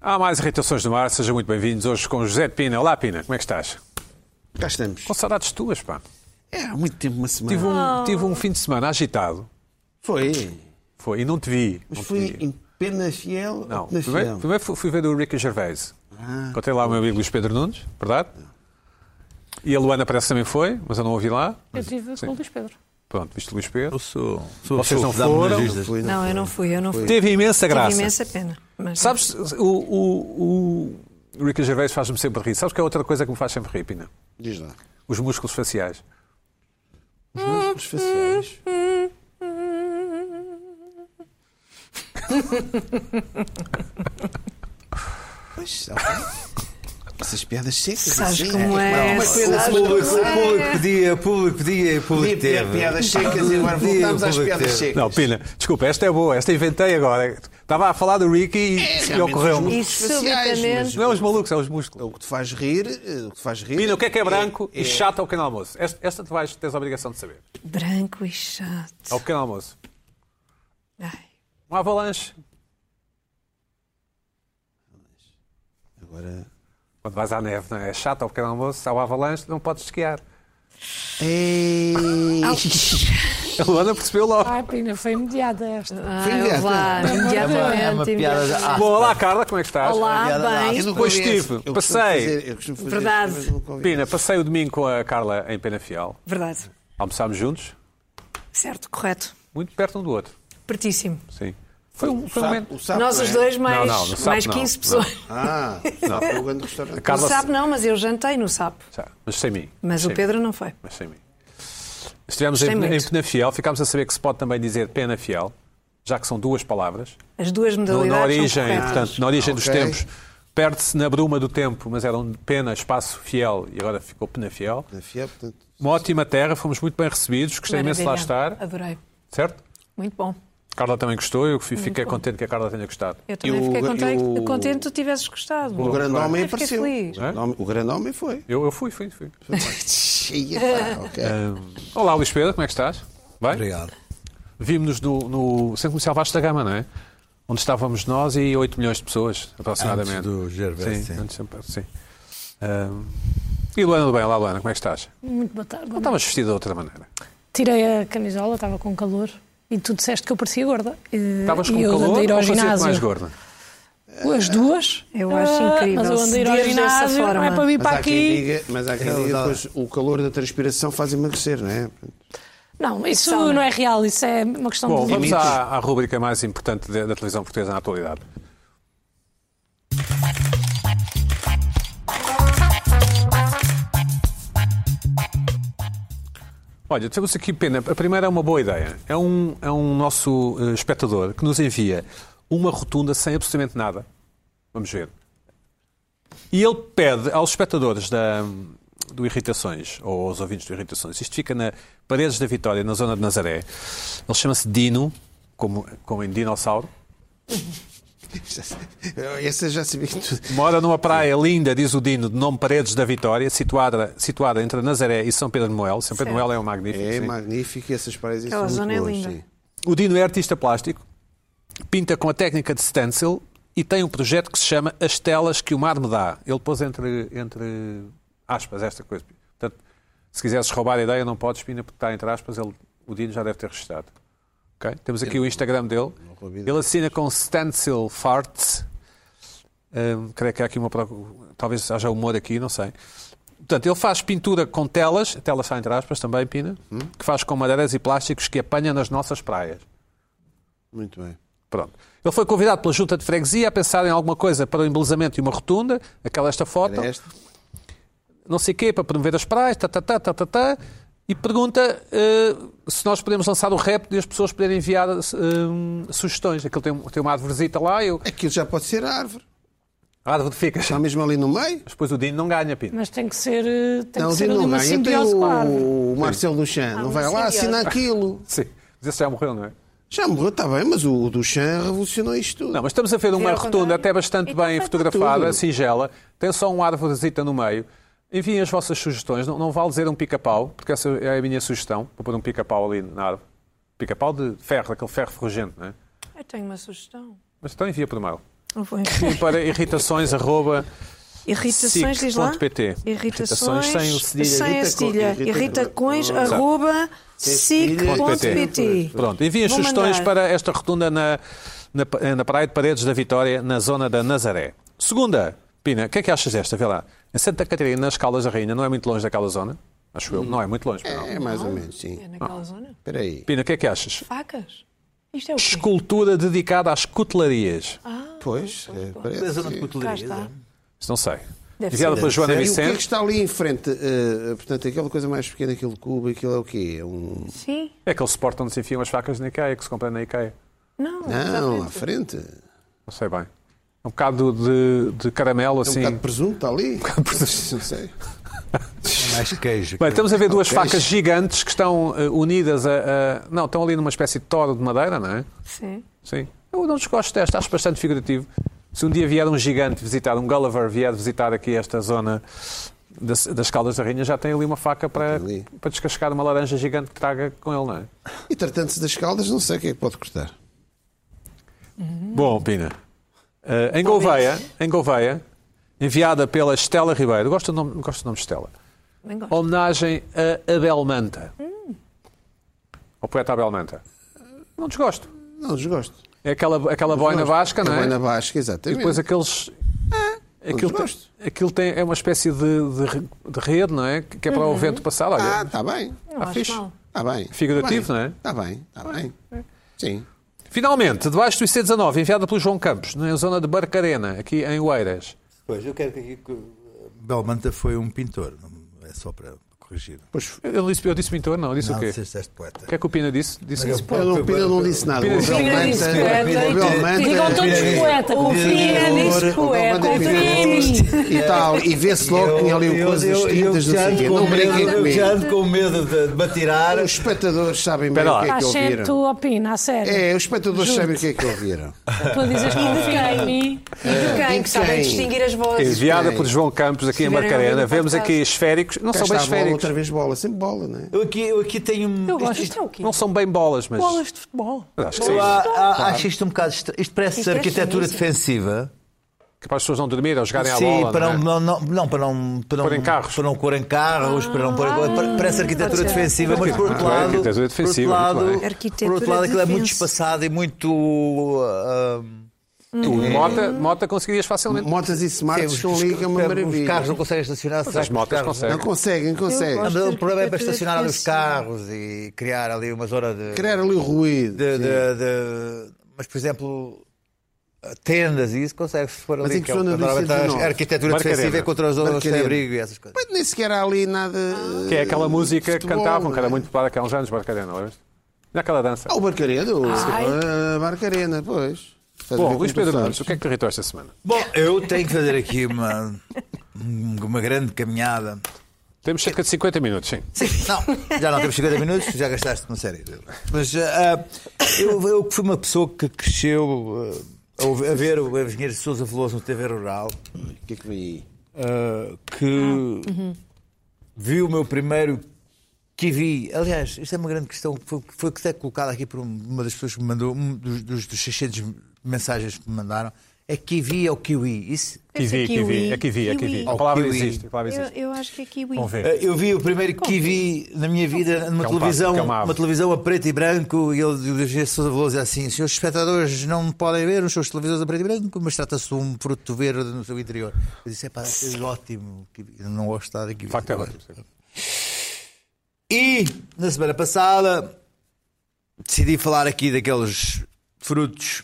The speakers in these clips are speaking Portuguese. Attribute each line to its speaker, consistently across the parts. Speaker 1: Há mais irritações no ar, sejam muito bem-vindos hoje com José de Pina. Olá, Pina, como é que estás?
Speaker 2: Cá estamos.
Speaker 1: Com saudades tuas, pá.
Speaker 2: É, há muito tempo, uma semana.
Speaker 1: Tive um, tive um fim de semana agitado,
Speaker 2: Foi.
Speaker 1: foi, e não te vi.
Speaker 2: Mas
Speaker 1: não te
Speaker 2: foi
Speaker 1: vi.
Speaker 2: em pena fiel
Speaker 1: Não,
Speaker 2: ou pena
Speaker 1: primeiro,
Speaker 2: fiel?
Speaker 1: primeiro fu- fui ver o Ricky Gervais.
Speaker 2: Ah.
Speaker 1: Contei lá o meu amigo Luís Pedro Nunes, verdade? E a Luana parece que também foi, mas eu não ouvi lá.
Speaker 3: Eu tive com o Luís Pedro.
Speaker 1: Pronto, viste o Luís Pedro.
Speaker 4: Eu sou. sou
Speaker 1: Vocês
Speaker 4: sou
Speaker 1: não
Speaker 4: da
Speaker 1: foram?
Speaker 4: homenagistas.
Speaker 2: Foi,
Speaker 5: Não, eu não fui, eu não fui.
Speaker 1: Teve imensa graça.
Speaker 5: Tive imensa pena. Mas
Speaker 1: Sabes, o, o, o Ricky Gervais faz-me sempre rir. Sabes que é outra coisa que me faz sempre rir, Pina?
Speaker 2: Diz lá.
Speaker 1: Os músculos faciais.
Speaker 2: Os músculos faciais. Pois, sabe? Essas piadas secas.
Speaker 5: Sabes
Speaker 2: assim,
Speaker 5: como é?
Speaker 2: Uma coisa
Speaker 5: Sabes
Speaker 4: O
Speaker 2: assim,
Speaker 4: público, o público pedia, o público pedia e
Speaker 2: podia
Speaker 4: o público
Speaker 2: ter
Speaker 4: teve.
Speaker 2: piadas secas e agora voltamos
Speaker 4: Podia,
Speaker 2: às
Speaker 4: o público
Speaker 2: piadas
Speaker 4: teve.
Speaker 2: secas.
Speaker 1: Não, Pina, desculpa, esta é boa, esta inventei agora. Estava a falar do Ricky e, e
Speaker 2: É, realmente
Speaker 1: ocorreu-me.
Speaker 2: os
Speaker 5: Isso
Speaker 2: faciais,
Speaker 5: subitamente.
Speaker 1: Não é os malucos, é os músculos.
Speaker 2: O que te faz rir, eh, o que te faz rir.
Speaker 1: Pina, o que é que é branco e chato ao pequeno almoço? Esta, esta tu vais, tens a obrigação de saber.
Speaker 5: branco e chato.
Speaker 1: Ao pequeno almoço.
Speaker 5: Ai,
Speaker 1: Um avalanche.
Speaker 2: Agora.
Speaker 1: Quando vais à neve, não é? É chato ao pequeno almoço, há o avalanche, não podes esquiar.
Speaker 2: Ei!
Speaker 1: É
Speaker 5: um
Speaker 1: A Luana percebeu logo.
Speaker 3: Ai, Pina, Ah, foi imediata esta.
Speaker 2: É
Speaker 5: Ai, lá, imediatamente.
Speaker 4: É uma piada de
Speaker 5: imediatamente.
Speaker 4: arte.
Speaker 1: Bom, olá Carla, como é que estás?
Speaker 5: Olá,
Speaker 4: piada de arte.
Speaker 5: bem.
Speaker 2: Eu nunca
Speaker 1: Pois
Speaker 2: ouvi
Speaker 1: tive,
Speaker 2: essa. Eu costumo
Speaker 1: passei.
Speaker 2: fazer- eu costumo fazer
Speaker 5: Verdade.
Speaker 2: isso, mas nunca ouvi
Speaker 1: Pina,
Speaker 2: essa.
Speaker 1: passei o domingo com a Carla em Pena Fiel.
Speaker 5: Verdade.
Speaker 1: Almoçámos juntos,
Speaker 5: Certo, correto.
Speaker 1: muito perto um do outro.
Speaker 5: Pertíssimo.
Speaker 1: Sim. Foi um, foi um
Speaker 2: Sapo-
Speaker 1: momento.
Speaker 2: o sapo,
Speaker 5: Nós
Speaker 2: não
Speaker 5: os
Speaker 2: é?
Speaker 5: dois mais,
Speaker 1: Não, não, no sapo
Speaker 5: mais
Speaker 1: não.
Speaker 5: 15 pessoas.
Speaker 2: Ah, o sapo é o grande restaurante.
Speaker 1: Carla-
Speaker 5: No sapo não, mas eu jantei no sapo.
Speaker 1: Já, mas sem mim.
Speaker 5: Mas
Speaker 1: Sem
Speaker 5: o Pedro não foi.
Speaker 1: mim, Mas sem mim. Estivemos em,
Speaker 5: Gostei
Speaker 1: em
Speaker 5: muito.
Speaker 1: Penafiel, ficámos a saber que se pode também dizer Pena Fiel, já que são duas palavras.
Speaker 5: As duas
Speaker 1: No-
Speaker 5: modalidades
Speaker 1: na
Speaker 5: são
Speaker 1: origem,
Speaker 5: corretas.
Speaker 1: portanto, na origem dos
Speaker 2: Ok.
Speaker 1: tempos. Perde-se na bruma do tempo, mas era um pena, espaço fiel e agora ficou penafiel.
Speaker 2: Na FIA, portanto,
Speaker 1: Uma ótima terra, fomos muito bem recebidos, gostei imenso de lá
Speaker 5: Maravilha.
Speaker 1: estar,
Speaker 5: Adorei.
Speaker 1: certo?
Speaker 5: Muito bom.
Speaker 1: Carla também gostou, eu fi- fiquei contente que a Carla tenha gostado.
Speaker 5: Eu também
Speaker 2: o-
Speaker 5: fiquei
Speaker 2: e
Speaker 5: contente,
Speaker 2: o-
Speaker 5: contente que tu tivesses gostado.
Speaker 2: o grande
Speaker 5: Eu
Speaker 2: homem
Speaker 5: fiquei
Speaker 2: apareceu.
Speaker 5: feliz.
Speaker 2: O grande homem- O grande homem foi.
Speaker 1: Eu, eu fui, fui, fui.
Speaker 2: Cheia, pá, ok.
Speaker 1: Olá, Luís Pedro, como é que estás? Bem?
Speaker 4: Obrigado.
Speaker 1: Vimos-nos no, no Centro Comercial Vasco da Gama, não é? Onde estávamos nós e 8 milhões de pessoas, aproximadamente.
Speaker 4: Antes do Gervais,
Speaker 1: sim.
Speaker 4: sim.
Speaker 1: Antes, sempre, sim. Ahm, E Luana, do bem, olá Luana, como é que estás?
Speaker 3: Muito boa tarde.
Speaker 1: Não
Speaker 5: Então,
Speaker 1: estavas vestida de outra maneira.
Speaker 3: Tirei a camisola, estava com calor. E tu disseste que eu parecia gorda. E-
Speaker 1: Estavas com
Speaker 3: e eu
Speaker 1: calor
Speaker 3: andei ir
Speaker 1: ou
Speaker 3: ao
Speaker 1: fazia-te
Speaker 3: ginásio.
Speaker 1: mais gorda?
Speaker 3: As duas?
Speaker 5: Eu acho
Speaker 3: Ah,
Speaker 5: incrível.
Speaker 3: Mas eu andei ir
Speaker 5: Se
Speaker 3: ao
Speaker 5: diz dessa
Speaker 3: ginásio, não é
Speaker 5: forma.
Speaker 3: para vir
Speaker 2: Mas
Speaker 3: para
Speaker 2: há quem
Speaker 3: aqui.
Speaker 2: diga, mas há quem diga depois o calor da transpiração faz emagrecer, não é?
Speaker 3: Não, isso
Speaker 5: Sauna.
Speaker 3: não é real, isso é uma questão
Speaker 1: Bom,
Speaker 3: de.
Speaker 1: vamos
Speaker 2: limites.
Speaker 1: à, à rúbrica mais importante da, da televisão portuguesa na atualidade. Olha, temos aqui pena. A primeira é uma boa ideia. É um, é um nosso eh, espectador que nos envia uma rotunda sem absolutamente nada. Vamos ver. E ele pede aos espectadores da, do Irritações, ou aos ouvintes do Irritações, isto fica na Paredes da Vitória, na zona de Nazaré. Ele chama-se Dino, como, como em dinossauro.
Speaker 2: Essa já sabia que tu.
Speaker 1: Mora numa praia linda, diz o Dino, de nome Paredes da Vitória, situada, situada entre Nazaré e São Pedro de Moel. São Pedro de Moel é um magnífico.
Speaker 2: É
Speaker 1: sim.
Speaker 2: magnífico, essas praias aí
Speaker 5: Aquela
Speaker 2: são
Speaker 5: zona
Speaker 2: muito
Speaker 5: é
Speaker 2: boas,
Speaker 5: linda.
Speaker 2: sim.
Speaker 1: O Dino é artista plástico, pinta com a técnica de stencil e tem um projeto que se chama As Telas que o Mar me dá. Ele pôs entre, entre aspas esta coisa. Portanto, se quisesses roubar a ideia, não podes, Pina, porque está entre aspas, ele- o Dino já deve ter registrado. Ok? Temos aqui o Instagram dele. Ele assina com Stencil Farts. Hum, creio que há aqui uma. procu- Talvez haja humor aqui, não sei. Portanto, ele faz pintura com telas, telas está entre aspas também, Pina, que faz com madeiras e plásticos que apanha nas nossas praias.
Speaker 2: Muito bem.
Speaker 1: Pronto. Ele foi convidado pela junta de freguesia a pensar em alguma coisa para o embelezamento e uma rotunda, aquela esta foto,
Speaker 2: Era esta?
Speaker 1: não sei o quê, para promover as praias, tá, tá, tá, tá, tá, tá, e pergunta eh, se nós podemos lançar o rap e as pessoas poderem enviar eh, sugestões. Aquilo tem, tem uma árvorezita lá, eu...
Speaker 2: Aquilo já pode ser árvore.
Speaker 1: a árvore fica.
Speaker 2: Está mesmo ali no meio.
Speaker 1: Mas depois o Dino não ganha, Pina.
Speaker 3: Mas tem que ser, eh, tem
Speaker 2: Não,
Speaker 3: que
Speaker 2: o
Speaker 3: ser
Speaker 2: Dino
Speaker 3: ali
Speaker 2: não
Speaker 3: uma
Speaker 2: ganha. Tem
Speaker 3: simbiose com a árvore.
Speaker 2: o Marcelo Duchamp. Não vai lá, assina aquilo.
Speaker 1: Sim, mas esse já morreu, não é?
Speaker 2: Já morreu, está bem, mas o Duchamp revolucionou isto tudo.
Speaker 1: Não, mas estamos a ver uma
Speaker 5: ao
Speaker 1: rotunda
Speaker 5: contrário.
Speaker 1: até bastante
Speaker 5: Então
Speaker 1: bem
Speaker 5: foi
Speaker 1: fotografada,
Speaker 2: tudo.
Speaker 1: singela, tem só uma árvorezita no meio. Enviem as vossas sugestões, não, não vale dizer um pica-pau, porque essa é a minha sugestão. Vou pôr um pica-pau ali na árvore. Pica-pau de ferro, daquele ferro ferrugente, não é?
Speaker 5: Eu tenho uma sugestão.
Speaker 1: Mas então envia por mail.
Speaker 5: Não foi?
Speaker 1: E para irritações, arroba,
Speaker 5: Irritações, diz lá.
Speaker 1: sic.pt.
Speaker 5: Irritações,
Speaker 1: sem o cedilha.
Speaker 5: sem a
Speaker 2: Irrita-
Speaker 5: cedilha.
Speaker 2: irrita-
Speaker 5: Irritacões,
Speaker 2: Exato.
Speaker 5: arroba,
Speaker 2: Sem
Speaker 5: sic.pt.
Speaker 2: cedilha.
Speaker 1: Pronto, enviem
Speaker 5: Vou
Speaker 1: sugestões
Speaker 5: mandar.
Speaker 1: para esta rotunda na, na, na Praia de Paredes da Vitória, na zona da Nazaré. Segunda, Pina, o que é que achas desta? Vê lá. Em Santa Catarina, nas Caldas da Rainha, não é muito longe daquela zona? Acho eu, não é muito longe. Não.
Speaker 2: É mais ou menos, sim.
Speaker 5: É naquela zona.
Speaker 2: Espera aí.
Speaker 1: Pina, o que é que achas?
Speaker 5: Facas. Isto é o quê?
Speaker 1: Escultura dedicada às cutelarias.
Speaker 2: Pois, é, parece.
Speaker 4: Da zona de
Speaker 5: Cá
Speaker 4: cutelaria.
Speaker 5: está.
Speaker 1: Isso não sei.
Speaker 5: Deve
Speaker 1: Enviada
Speaker 5: ser.
Speaker 1: pela Joana
Speaker 2: E o que é que
Speaker 1: Vicente.
Speaker 2: está ali em frente? Eh, portanto, aquela coisa mais pequena, aquele cubo, aquilo é o quê? É Um...
Speaker 5: Sim?
Speaker 1: É aquele suporte onde se enfiam as facas na IKEA, que se compra na IKEA.
Speaker 5: Não.
Speaker 2: Não, à frente. Um
Speaker 1: Não sei bem. É Um bocado de, de caramelo,
Speaker 2: É um
Speaker 1: assim.
Speaker 2: bocado de presunto, está ali. Não sei.
Speaker 4: é Mais queijo.
Speaker 1: Bem, estamos a ver duas
Speaker 2: Ok.
Speaker 1: facas gigantes que estão eh, unidas a, a- Não, estão ali numa espécie de toro de madeira, não é?
Speaker 5: Sim.
Speaker 1: Sim. Eu não desgosto desta, acho bastante figurativo. Se um dia vier um gigante visitar, um Gulliver vier visitar aqui esta zona das, das Caldas da Rainha, já tem ali uma faca para,
Speaker 2: Tem ali.
Speaker 1: para descascar uma laranja gigante que traga com ele, não é?
Speaker 2: E tratando-se das caldas, não sei o que é que pode cortar.
Speaker 1: Bom, Pina. eh, em, Gouveia, em Gouveia, enviada pela Estela Ribeiro, gosto do nome, gosto do nome Estela,
Speaker 5: Bem gosto.
Speaker 1: homenagem a Abel Manta.
Speaker 2: Hum.
Speaker 1: Ao poeta Abel Manta. Não desgosto.
Speaker 2: Não, desgosto.
Speaker 1: É aquela, aquela boina
Speaker 2: Desgosto.
Speaker 1: vasca, não é?
Speaker 2: A boina vasca, exatamente.
Speaker 1: E depois aqueles. aquilo, tem,
Speaker 2: desgosto.
Speaker 1: aquilo tem, é uma espécie de, de, re- de rede, não é? Que é para o vento passar.
Speaker 2: Ah,
Speaker 1: Olha,
Speaker 2: está bem.
Speaker 5: Não acho
Speaker 1: fixe.
Speaker 5: mal.
Speaker 2: Está bem.
Speaker 1: Figurativo, não é?
Speaker 2: Está bem, está bem. Sim.
Speaker 1: Finalmente, debaixo do IC19, enviada pelo João Campos, na zona de Barcarena, aqui em Oeiras.
Speaker 2: então-
Speaker 4: Pois, eu quero que aqui. que o Belmanta foi um pintor, não é só para corrigir.
Speaker 2: Pois,
Speaker 1: Eu disse, eu disse pintor? Não, eu disse
Speaker 4: não,
Speaker 1: o quê?
Speaker 4: disseste poeta.
Speaker 1: O que é que o Pina disse? Disse
Speaker 4: Mas
Speaker 1: que-
Speaker 2: eu não, Pina não disse nada.
Speaker 1: Pina
Speaker 2: O
Speaker 1: disse-
Speaker 2: Belmanta-
Speaker 5: Pina disse
Speaker 2: o
Speaker 5: poeta.
Speaker 2: é Belmanta-
Speaker 3: Digam todos poeta.
Speaker 5: O Pina disse
Speaker 2: O
Speaker 5: poeta.
Speaker 2: Belmanta é
Speaker 5: Confia em mim.
Speaker 2: pintor E tal, e vê-se logo que tinha ali coisas tintas, não sei o quê. Não brinquem
Speaker 4: Eu já
Speaker 2: comigo.
Speaker 4: ando com medo de de me atirar.
Speaker 2: Os espectadores sabem bem
Speaker 1: Espera
Speaker 2: o
Speaker 1: lá.
Speaker 2: que é que
Speaker 3: Achei
Speaker 2: ouviram.
Speaker 3: tu opina, a sério.
Speaker 2: É, os espectadores sabem o que é que ouviram.
Speaker 1: Ah,
Speaker 3: Tu dizes que confia em mim.
Speaker 5: Quem
Speaker 2: Quem?
Speaker 5: que sabe distinguir as vozes.
Speaker 1: Enviada
Speaker 2: Sim.
Speaker 1: por João Campos, aqui em
Speaker 5: Estiverem
Speaker 1: Barcarena.
Speaker 4: um
Speaker 5: ouvindo o
Speaker 1: Vemos
Speaker 5: podcast.
Speaker 1: aqui esféricos. Não
Speaker 2: Cá
Speaker 1: são bem
Speaker 2: está a bola,
Speaker 1: esféricos.
Speaker 2: outra vez bola, sempre bola, não é?
Speaker 4: Eu aqui, eu aqui tenho um.
Speaker 5: Eu gosto.
Speaker 4: isto-
Speaker 5: Isto é o quê?
Speaker 1: Não são bem bolas, mas.
Speaker 5: Bolas de futebol.
Speaker 1: mas Acho que sim.
Speaker 4: Eu a- a- acho isto um bocado estranho. Isto parece
Speaker 5: Isto é
Speaker 4: arquitetura
Speaker 5: estranhíssimo.
Speaker 4: defensiva.
Speaker 1: Que para as pessoas não dormirem ou jogarem à
Speaker 4: Sim,
Speaker 1: bola.
Speaker 4: para
Speaker 1: não é?
Speaker 4: não, não, não, não, para não. Para não
Speaker 1: Pôr em carros.
Speaker 4: Para não pôr em carros, para não pôr. para- Parece arquitetura
Speaker 5: pode ser.
Speaker 4: defensiva, mas por outro
Speaker 1: Muito bem,
Speaker 4: lado.
Speaker 1: arquitetura defensiva,
Speaker 4: por
Speaker 1: muito
Speaker 4: outro
Speaker 1: bem.
Speaker 4: lado, por outro lado aquilo é muito
Speaker 5: Arquitetura
Speaker 4: espaçado e muito. ah,
Speaker 1: Tu, mota, mota conseguirias facilmente.
Speaker 2: Motas e
Speaker 4: Sim,
Speaker 2: smarts
Speaker 4: os-
Speaker 2: estão ali, que é uma
Speaker 4: os- Os
Speaker 2: maravilha.
Speaker 4: carros não conseguem estacionar. será
Speaker 1: as
Speaker 4: que os
Speaker 1: motas
Speaker 4: carros-
Speaker 1: conseguem.
Speaker 2: Não conseguem,
Speaker 5: Eu
Speaker 2: conseguem.
Speaker 5: gosto.
Speaker 4: O problema é para
Speaker 5: Arquitetura
Speaker 4: estacionar os
Speaker 5: defensiva.
Speaker 4: carros e criar ali uma zona de.
Speaker 2: Criar ali o ruído.
Speaker 4: de-
Speaker 2: sim.
Speaker 4: de- de- mas, por exemplo, tendas e isso consegues pôr ali.
Speaker 2: Mas em que
Speaker 4: é o-
Speaker 2: zona do
Speaker 4: normalmente a
Speaker 2: 19?
Speaker 4: arquitetura
Speaker 1: Barcarena.
Speaker 4: defensiva é contra as zonas de
Speaker 2: Barcarena.
Speaker 4: abrigo e essas coisas.
Speaker 2: Mas nem sequer há ali nada.
Speaker 1: Que é aquela música que
Speaker 2: futebol,
Speaker 1: cantavam, que era
Speaker 2: não é?
Speaker 1: muito popular há uns anos, Barcarena, lembras? Naquela dança.
Speaker 2: Ah, o Barcaredo.
Speaker 5: Ai.
Speaker 2: Ah, Barcarena, pois. Estás a ver
Speaker 1: Bom,
Speaker 2: como
Speaker 1: Luís
Speaker 2: tu
Speaker 1: Pedro
Speaker 2: sabes.
Speaker 1: Nunes, o que é que te irritou esta semana?
Speaker 4: Bom, eu tenho que fazer aqui uma, um, uma grande caminhada.
Speaker 1: Temos cerca de 50 minutos, sim.
Speaker 4: Não, já não temos 50 minutos, já gastaste uma série. Mas ah, eu, eu que fui uma pessoa que cresceu ah, a ouvir- a ver o engenheiro Sousa Veloso no TV Rural.
Speaker 2: O que é que vem aí?
Speaker 4: Uh, que vi o meu primeiro kiwi. Aliás, isto é uma grande questão que foi, foi até colocada aqui por um- uma das pessoas que me mandou, um dos, dos, dos 600 mensagens que me mandaram. É kiwi ou kiwi? Isso.
Speaker 1: Kiwi,
Speaker 5: Kiwi,
Speaker 1: kiwi, é kiwi, é kiwi.
Speaker 5: kiwi.
Speaker 1: A palavra
Speaker 4: Kiwi.
Speaker 1: existe, a palavra existe.
Speaker 5: Eu, eu acho que é kiwi.
Speaker 1: Vamos ver.
Speaker 4: Uh, Eu vi o primeiro kiwi na minha vida numa
Speaker 1: Que é um
Speaker 4: televisão,
Speaker 1: pato, que é uma ave.
Speaker 4: uma televisão a preto e branco, e ele e o G. Sousa Veloso é assim: senhores espectadores não podem ver os seus televisores a preto e branco, mas trata-se de um produto verde no seu interior. Eu disse: é pá, é ótimo, kiwi. Eu não gosto de estar aqui.
Speaker 1: De facto é ótimo.
Speaker 4: E na semana passada decidi falar aqui daqueles frutos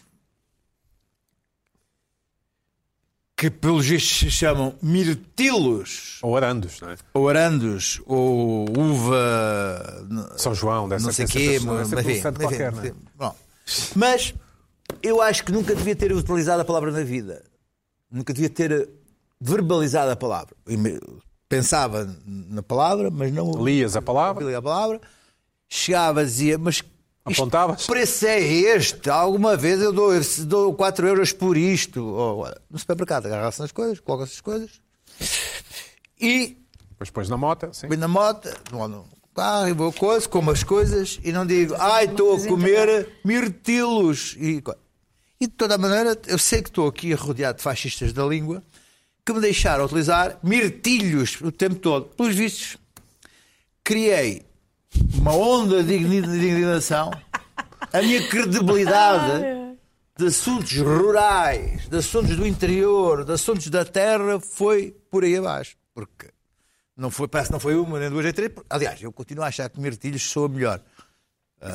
Speaker 4: que pelos gestos se chamam mirtilos
Speaker 1: Ou arandos, não é?
Speaker 4: ou arandos ou uva n-
Speaker 1: São João, dessa
Speaker 4: não sei
Speaker 1: dessa
Speaker 4: quê,
Speaker 1: pessoa,
Speaker 4: mas
Speaker 1: dessa
Speaker 4: enfim,
Speaker 1: produção de
Speaker 4: enfim,
Speaker 1: qualquer, não é?
Speaker 4: enfim, bom. mas eu acho que nunca devia ter utilizado a palavra na vida nunca devia ter verbalizado a palavra E me- pensava na palavra mas não
Speaker 1: Lias a palavra,
Speaker 4: Abri a palavra, chegava e dizia, mas isto,
Speaker 1: apontavas.
Speaker 4: que preço é este? Alguma vez eu dou, eu dou 4 euros por isto. Ou, no supermercado, agarra-se nas coisas, coloca-se as coisas. E
Speaker 1: Depois pões na mota, sim.
Speaker 4: vem na moto, vou no carro e vou coisa, como as coisas e não digo, ai, estou a comer mirtilos. E, co- E de toda a maneira, eu sei que estou aqui rodeado de fascistas da língua que me deixaram utilizar mirtilhos o tempo todo. Pelos vistos, criei uma onda de igni- de indignação, a minha credibilidade de assuntos rurais, de assuntos do interior, de assuntos da terra foi por aí abaixo. Porque não foi, parece que não foi uma, nem duas, nem três. porque- Aliás, eu continuo a achar que mirtilhos soa melhor. Ah,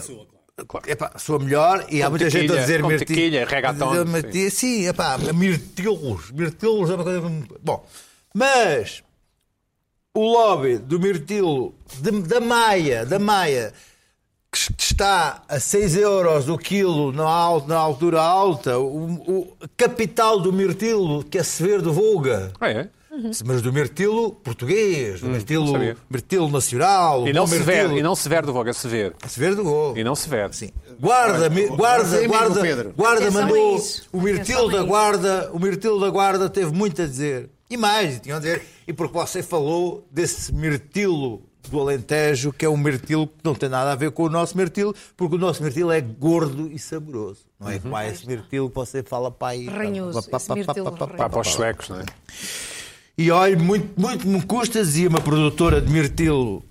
Speaker 4: claro. Epá, soa melhor e há muita gente a
Speaker 1: tequilha,
Speaker 4: dizer
Speaker 1: com
Speaker 4: mirtilhos.
Speaker 1: tequilha, reggaeton,
Speaker 4: A dizer mirti- Sim, epá, mirtilos. Mirtilos é uma coisa. que- Bom, mas o lobby do mirtilo, de- da Maia, da Maia, que está a 6 euros o quilo na, al- na altura alta, o, o capital do mirtilo, que é se ver de Volga.
Speaker 1: Ah, é?
Speaker 4: Mas do mirtilo português, do mirtilo,
Speaker 1: Hum, sabia.
Speaker 4: mirtilo nacional.
Speaker 1: E não,
Speaker 4: bom
Speaker 1: se ver,
Speaker 4: mirtilo.
Speaker 1: e não se ver do Voga, se ver.
Speaker 4: Se ver de Gol.
Speaker 1: E não se ver.
Speaker 4: Sim. Guarda, mi- guarda,
Speaker 2: amigo
Speaker 4: guarda,
Speaker 2: Pedro.
Speaker 4: guarda
Speaker 5: Atenção a
Speaker 4: mandou
Speaker 5: isso.
Speaker 4: o Mirtilo
Speaker 5: Atenção a
Speaker 4: da
Speaker 5: isso.
Speaker 4: Guarda, o Mirtilo da Guarda teve muito a dizer. E mais, tinham a dizer, e porque você falou desse Mirtilo do Alentejo, que é um Mirtilo que não tem nada a ver com o nosso Mirtilo, porque o nosso Mirtilo é gordo e saboroso. Não é como há esse Mirtilo que você fala para aí.
Speaker 5: Ranhoso,
Speaker 4: pá,
Speaker 5: esse
Speaker 4: pá, pá,
Speaker 5: mirtilo
Speaker 4: pá, pá, pá,
Speaker 1: Pá, para
Speaker 4: pá,
Speaker 1: os
Speaker 4: pá.
Speaker 1: suecos, não é?
Speaker 4: E olha, muito, muito me custa, dizia uma produtora de mirtilo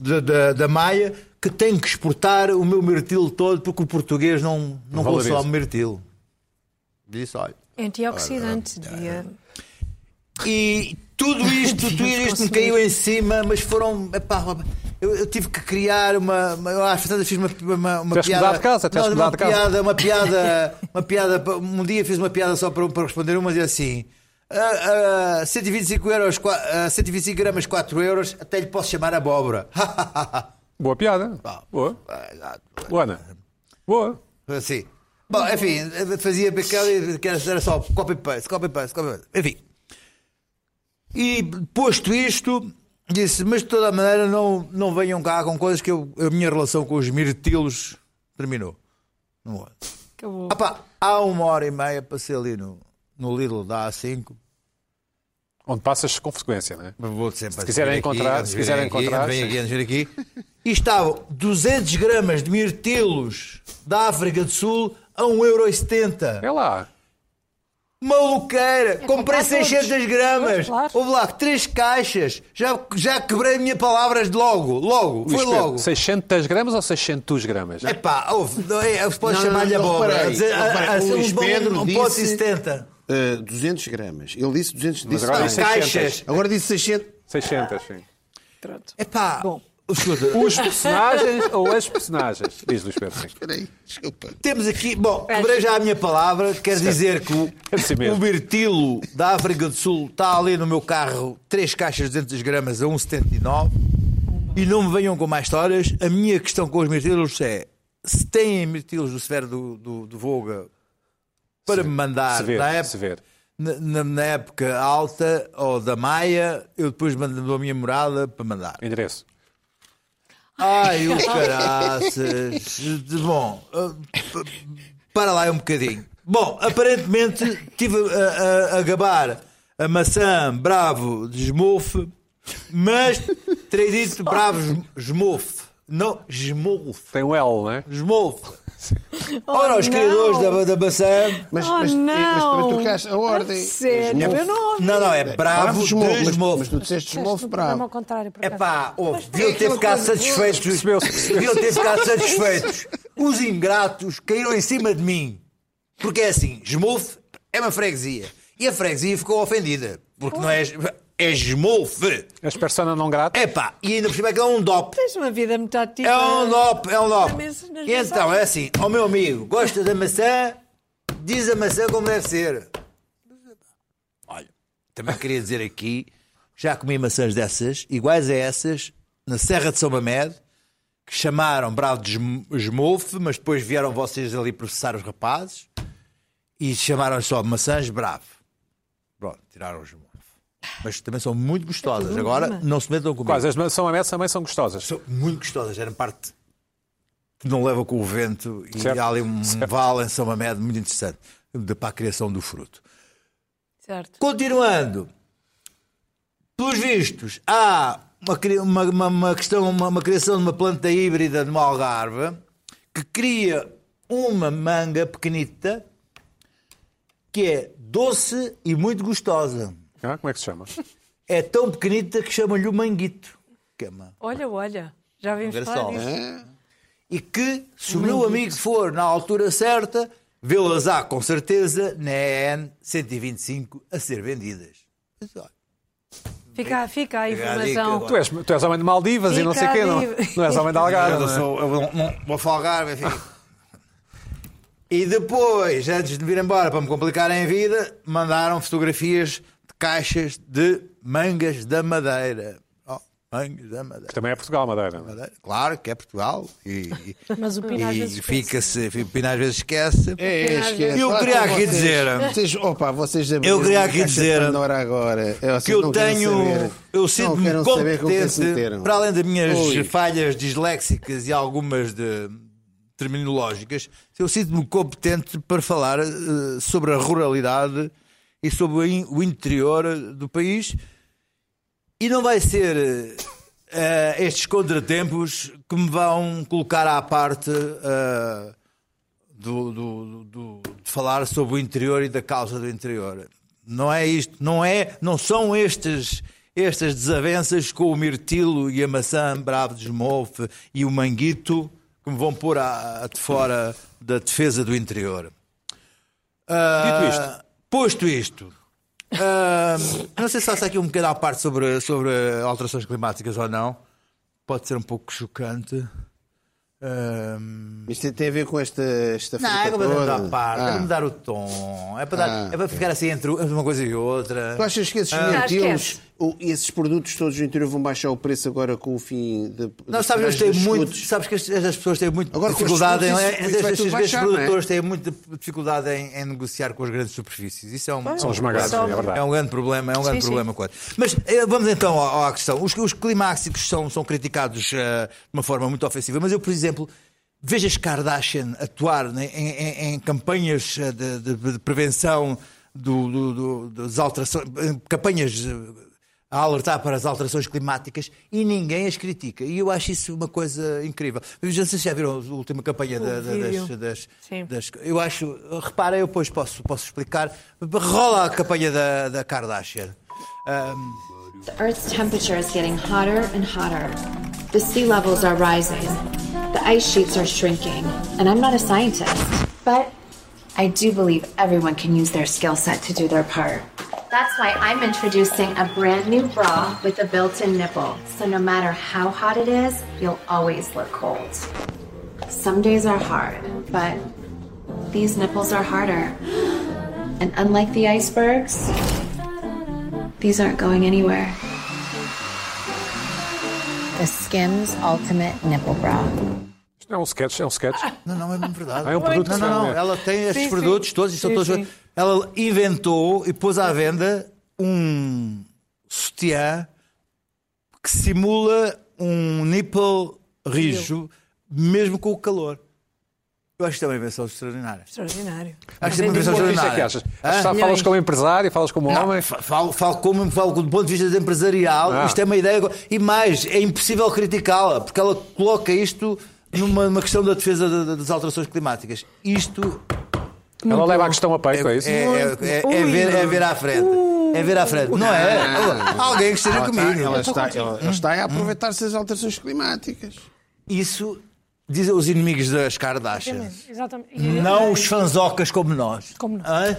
Speaker 4: da, da, da Maia, que tenho que exportar o meu mirtilo todo porque o português não, não
Speaker 1: Valoriza.
Speaker 4: consome mirtilo. Disse, olha.
Speaker 5: Antioxidante, devia.
Speaker 4: E tudo isto, tudo isto me caiu em cima, mas foram. epá, eu, eu tive que criar uma. uma- eu às vezes fiz uma, uma, uma
Speaker 1: Tiveste de
Speaker 4: piada.
Speaker 1: mudar de casa, tiveste
Speaker 4: Não,
Speaker 1: de mudar
Speaker 4: uma
Speaker 1: de casa.
Speaker 4: piada, uma piada, uma piada. pa- Um dia fiz uma piada só para, para responder uma, dizia assim. "Ah, ah, 125, euros, qua- ah, 125 gramas, 4 euros, até lhe posso chamar abóbora.
Speaker 1: Boa piada. Boa. Boa, Ana. Boa.
Speaker 4: Assim. Bom, enfim, fazia aquela que era era só copy paste, copy paste, copy paste. Enfim. E posto isto, disse, mas de toda a maneira não, não venham cá com coisas que eu- a minha relação com os mirtilos terminou. Não é?
Speaker 5: Acabou.
Speaker 4: Ah pá, há uma hora e meia passei ali no, no Lidl da A5.
Speaker 1: Onde passas com frequência, não é?
Speaker 4: Mas vou sempre
Speaker 1: Se quiserem
Speaker 4: aqui,
Speaker 1: encontrar,
Speaker 4: antes
Speaker 1: se
Speaker 4: de
Speaker 1: quiserem
Speaker 4: virem aqui,
Speaker 1: encontrar,
Speaker 4: antes de virem
Speaker 1: sim.
Speaker 4: aqui, antes de virem aqui. E estavam 200 gramas de mirtilos da África do Sul a 1,70€.
Speaker 1: É lá.
Speaker 4: Maluqueira! Comprei
Speaker 3: comprar todos.
Speaker 4: 600 gramas!
Speaker 3: Pois, claro.
Speaker 4: Houve lá três caixas! Já, já quebrei a minha palavras de logo! Logo!
Speaker 1: Luís
Speaker 4: Foi
Speaker 1: Pedro,
Speaker 4: logo!
Speaker 1: 600 gramas ou 600 gramas?
Speaker 4: Epá, houve, não é, eu posso
Speaker 2: Não,
Speaker 4: chamar-lhe a
Speaker 2: não, não,
Speaker 4: bola.
Speaker 2: reparei. Reparei, o Luís Pedro
Speaker 4: um
Speaker 2: disse-
Speaker 4: pote e 70.
Speaker 2: Ah, 200 gramas. Ele disse 200. Disse
Speaker 1: agora
Speaker 2: bem.
Speaker 1: disse
Speaker 4: Caixas!
Speaker 2: Agora disse 600.
Speaker 1: 600, sim.
Speaker 3: Pronto.
Speaker 4: Epá! Escuta,
Speaker 1: Os personagens ou as personagens? Diz Luís Pedro. sim.
Speaker 2: Peraí, desculpa.
Speaker 4: temos aqui. Bom, quebrei já a minha palavra. Quer dizer que o,
Speaker 1: É assim mesmo.
Speaker 4: o mirtilo da África do Sul está ali no meu carro, três caixas de 200 gramas a 1,79. E não me venham com mais histórias. A minha questão com os mirtilos é: se têm mirtilos do Severo do, do, do Volga para me mandar
Speaker 1: Se ver,
Speaker 4: na, época,
Speaker 1: se ver.
Speaker 4: na- na- na época alta ou da Maia, eu depois mando a minha morada para mandar.
Speaker 1: Endereço.
Speaker 4: Ai, o caraças. Bom, ah, p- para lá um bocadinho. Bom, aparentemente estive a, a- a gabar a maçã Bravo de Smolfe, mas terei dito Bravo Smolfe. Não, Smolfe.
Speaker 1: Tem um L, não é?
Speaker 4: Smolfe. Ora, os criadores da, da maçã.
Speaker 2: Mas,
Speaker 5: Oh,
Speaker 2: mas, mas
Speaker 5: não.
Speaker 2: também trocaste a ordem.
Speaker 5: Sério,
Speaker 2: Mas
Speaker 5: eu não ouvi.
Speaker 4: Não, não, é Bravo de
Speaker 2: Smolf, mas, mas
Speaker 4: Smolfe.
Speaker 2: tu disseste Smolf
Speaker 3: Não,
Speaker 2: bravo.
Speaker 3: ao contrário, por
Speaker 4: É
Speaker 3: acaso.
Speaker 4: pá, deviam ter ficado satisfeitos.
Speaker 1: Percebeu-se, percebeu-se.
Speaker 4: Deviam ter ficado satisfeitos. Os ingratos caíram em cima de mim. Porque é assim, Smolf é uma freguesia. E a freguesia ficou ofendida. Porque não é. É Smolf.
Speaker 1: As personas não gratas?
Speaker 4: É pá, e ainda por cima é que é um DOP.
Speaker 5: Tens uma vida muito ativa.
Speaker 4: É um DOP, é um DOP.
Speaker 5: Nas
Speaker 4: E então,
Speaker 5: mensagens.
Speaker 4: é assim, ó meu amigo, gosta da maçã, diz a maçã como deve ser. Olha, também queria dizer aqui, já comi maçãs dessas, iguais a essas, na Serra de São Mamed, que chamaram Bravo de Esm- Esmolfe, mas depois vieram vocês ali processar os rapazes e chamaram só maçãs Bravo. Pronto, tiraram os Esmolfe. Mas também são muito gostosas. Agora não se metam comigo.
Speaker 1: Quase, as ma- são a messa também são gostosas.
Speaker 4: São muito gostosas, era parte que não leva com o vento e
Speaker 1: Certo,
Speaker 4: há ali um vale em São Mamed muito interessante de, para a criação do fruto.
Speaker 5: Certo.
Speaker 4: Continuando, pelos vistos, há uma, cri- uma- uma- uma questão, uma, uma criação de uma planta híbrida de uma algarve que cria uma manga pequenita que é doce e muito gostosa.
Speaker 1: Ah, como é que se chama?
Speaker 4: É tão pequenita que chamam-lhe o manguito. Que é uma-
Speaker 5: Olha, olha, já vimos
Speaker 4: Ver
Speaker 5: falar
Speaker 4: só.
Speaker 5: disso.
Speaker 4: E que, se o meu amigo for na altura certa, vê-las há com certeza na EN 125 a ser vendidas. Mas, olha,
Speaker 5: Fica, fica a
Speaker 4: Fica a dica
Speaker 5: informação.
Speaker 4: agora.
Speaker 1: Tu és, tu és homem de Maldivas e não sei o quê, não, é? não és homem de Algarve.
Speaker 4: Eu
Speaker 1: não é?
Speaker 4: sou- eu não- não- vou falgar, enfim. E depois, antes de vir embora para me complicarem a vida, mandaram fotografias de caixas de mangas da Madeira. Oh, mangas da Madeira.
Speaker 1: Também é Portugal, Madeira. não é?
Speaker 4: Madeira. Claro que é Portugal. E, e-
Speaker 3: Mas o Pino às
Speaker 4: e
Speaker 3: vezes esquece.
Speaker 4: fica-se, o Pina às vezes esquece.
Speaker 2: É, esquece.
Speaker 4: Eu
Speaker 2: Lá
Speaker 4: queria
Speaker 2: estão
Speaker 4: aqui
Speaker 2: vocês.
Speaker 4: dizer-
Speaker 2: Vocês, opa, vocês
Speaker 4: Eu queria aqui dizer
Speaker 2: Pandora agora. É, vocês
Speaker 4: que eu
Speaker 2: não querem
Speaker 4: tenho.
Speaker 2: saber.
Speaker 4: Eu
Speaker 2: Não
Speaker 4: sinto-me
Speaker 2: querem saber com quem se
Speaker 4: competente,
Speaker 2: meteram.
Speaker 4: para além das minhas
Speaker 2: Ui.
Speaker 4: falhas disléxicas e algumas de terminológicas, eu sinto-me competente para falar eh, sobre a ruralidade e sobre o in- o interior do país. E não vai ser eh, estes contratempos que me vão colocar à parte eh, do- do- do- de falar sobre o interior e da causa do interior. Não é isto, não é, não são estes estas desavenças com o mirtilo e a maçã bravo de Esmolfe e o manguito que me vão pôr à- à- de fora da defesa do interior. Ah,
Speaker 1: Dito isto.
Speaker 4: Posto isto, ah, não sei se faço aqui um bocado à parte sobre, sobre alterações climáticas ou não. Pode ser um pouco chocante. Ah,
Speaker 2: Isto tem a ver com esta, esta
Speaker 4: não, é
Speaker 2: fruta
Speaker 4: para mudar
Speaker 2: toda?
Speaker 4: a parte, é para
Speaker 2: Ah.
Speaker 4: mudar o tom, é para, dar-
Speaker 2: Ah.
Speaker 4: é para ficar assim entre uma coisa e outra.
Speaker 2: Tu achas que esses
Speaker 4: Ah.
Speaker 2: mirtilos, o- esses produtos todos do interior vão baixar o preço agora com o fim de.
Speaker 4: Não,
Speaker 2: dos
Speaker 4: sabes, eles
Speaker 2: preços
Speaker 4: têm
Speaker 2: dos
Speaker 4: muito,
Speaker 2: escudos?
Speaker 4: sabes que as, as pessoas têm muita
Speaker 2: Agora, com os
Speaker 4: dificuldade, em,
Speaker 2: escudos, isso- isso vai
Speaker 4: estes-
Speaker 2: tudo
Speaker 4: estes
Speaker 2: baixar, não é?
Speaker 4: produtores têm muita dificuldade em, em negociar com as grandes superfícies. Isso é um,
Speaker 1: São esmagados, é verdade.
Speaker 4: É um grande problema, é um grande
Speaker 5: sim.
Speaker 4: problema. claro. Mas eh, vamos então à, à questão. Os, os climáxicos são, são criticados eh, de uma forma muito ofensiva, mas eu, por exemplo, vejo as Kardashian atuar né, em, em- em campanhas eh, de, de- de prevenção do, do- do- das alterações, eh, campanhas eh, a alertar para as alterações climáticas e ninguém as critica. E eu acho isso uma coisa incrível. Eu Não sei se já viram a última campanha da- da- das,
Speaker 5: vídeo.
Speaker 4: das-
Speaker 5: Sim.
Speaker 4: das- Eu acho. Repara, eu depois posso, posso explicar. Rola a campanha da, da Kardashian.
Speaker 6: The Earth's temperature is getting hotter and hotter. The sea levels are rising. The ice sheets are shrinking. And I'm not a scientist, but I do believe everyone can use their skill set to do their part. That's why I'm introducing a brand new bra with a built in nipple. So no matter how hot it is, you'll always look cold. Some days are hard, but these nipples are harder. And unlike the icebergs, these aren't going anywhere. The Skims Ultimate Nipple Bra.
Speaker 1: Isto não é um sketch, é um sketch.
Speaker 4: Não, não, é mesmo verdade.
Speaker 1: Ah, é um produto
Speaker 4: não,
Speaker 1: que
Speaker 4: não,
Speaker 1: se
Speaker 4: não.
Speaker 1: vende.
Speaker 4: Ela tem estes
Speaker 5: Sim,
Speaker 4: produtos
Speaker 5: sim.
Speaker 4: todos e são
Speaker 5: Sim,
Speaker 4: todos.
Speaker 5: sim.
Speaker 4: Ela inventou e pôs à venda um sutiã que simula um nipple rijo, mesmo com o calor. Eu acho que é uma invenção extraordinária.
Speaker 5: Extraordinário.
Speaker 4: Acho que é uma
Speaker 1: Que
Speaker 4: invenção
Speaker 5: Mas é
Speaker 1: isto é
Speaker 4: extraordinária.
Speaker 1: que achas?
Speaker 4: Hã?
Speaker 1: Achas que falas como empresário, falas como
Speaker 4: Não,
Speaker 1: homem.
Speaker 4: fa- falo, falo como falo do ponto de vista de empresarial,
Speaker 1: Ah.
Speaker 4: isto é uma ideia. E mais, é impossível criticá-la, porque ela coloca isto numa, numa questão da defesa da- da- das alterações climáticas. Isto
Speaker 1: Ela leva a questão a peito, é isso?
Speaker 4: é, é- é- é ver, é ver à frente. É ver à frente. Não é? Alguém que esteja
Speaker 2: Ela está,
Speaker 4: comigo.
Speaker 2: tá, ela, está, ela, ela está a
Speaker 4: Hum.
Speaker 2: aproveitar-se das alterações climáticas.
Speaker 4: Isso dizem os inimigos das Kardashians.
Speaker 3: Exatamente.
Speaker 4: Não os fanzocas como nós.
Speaker 3: Como nós.
Speaker 4: Hã?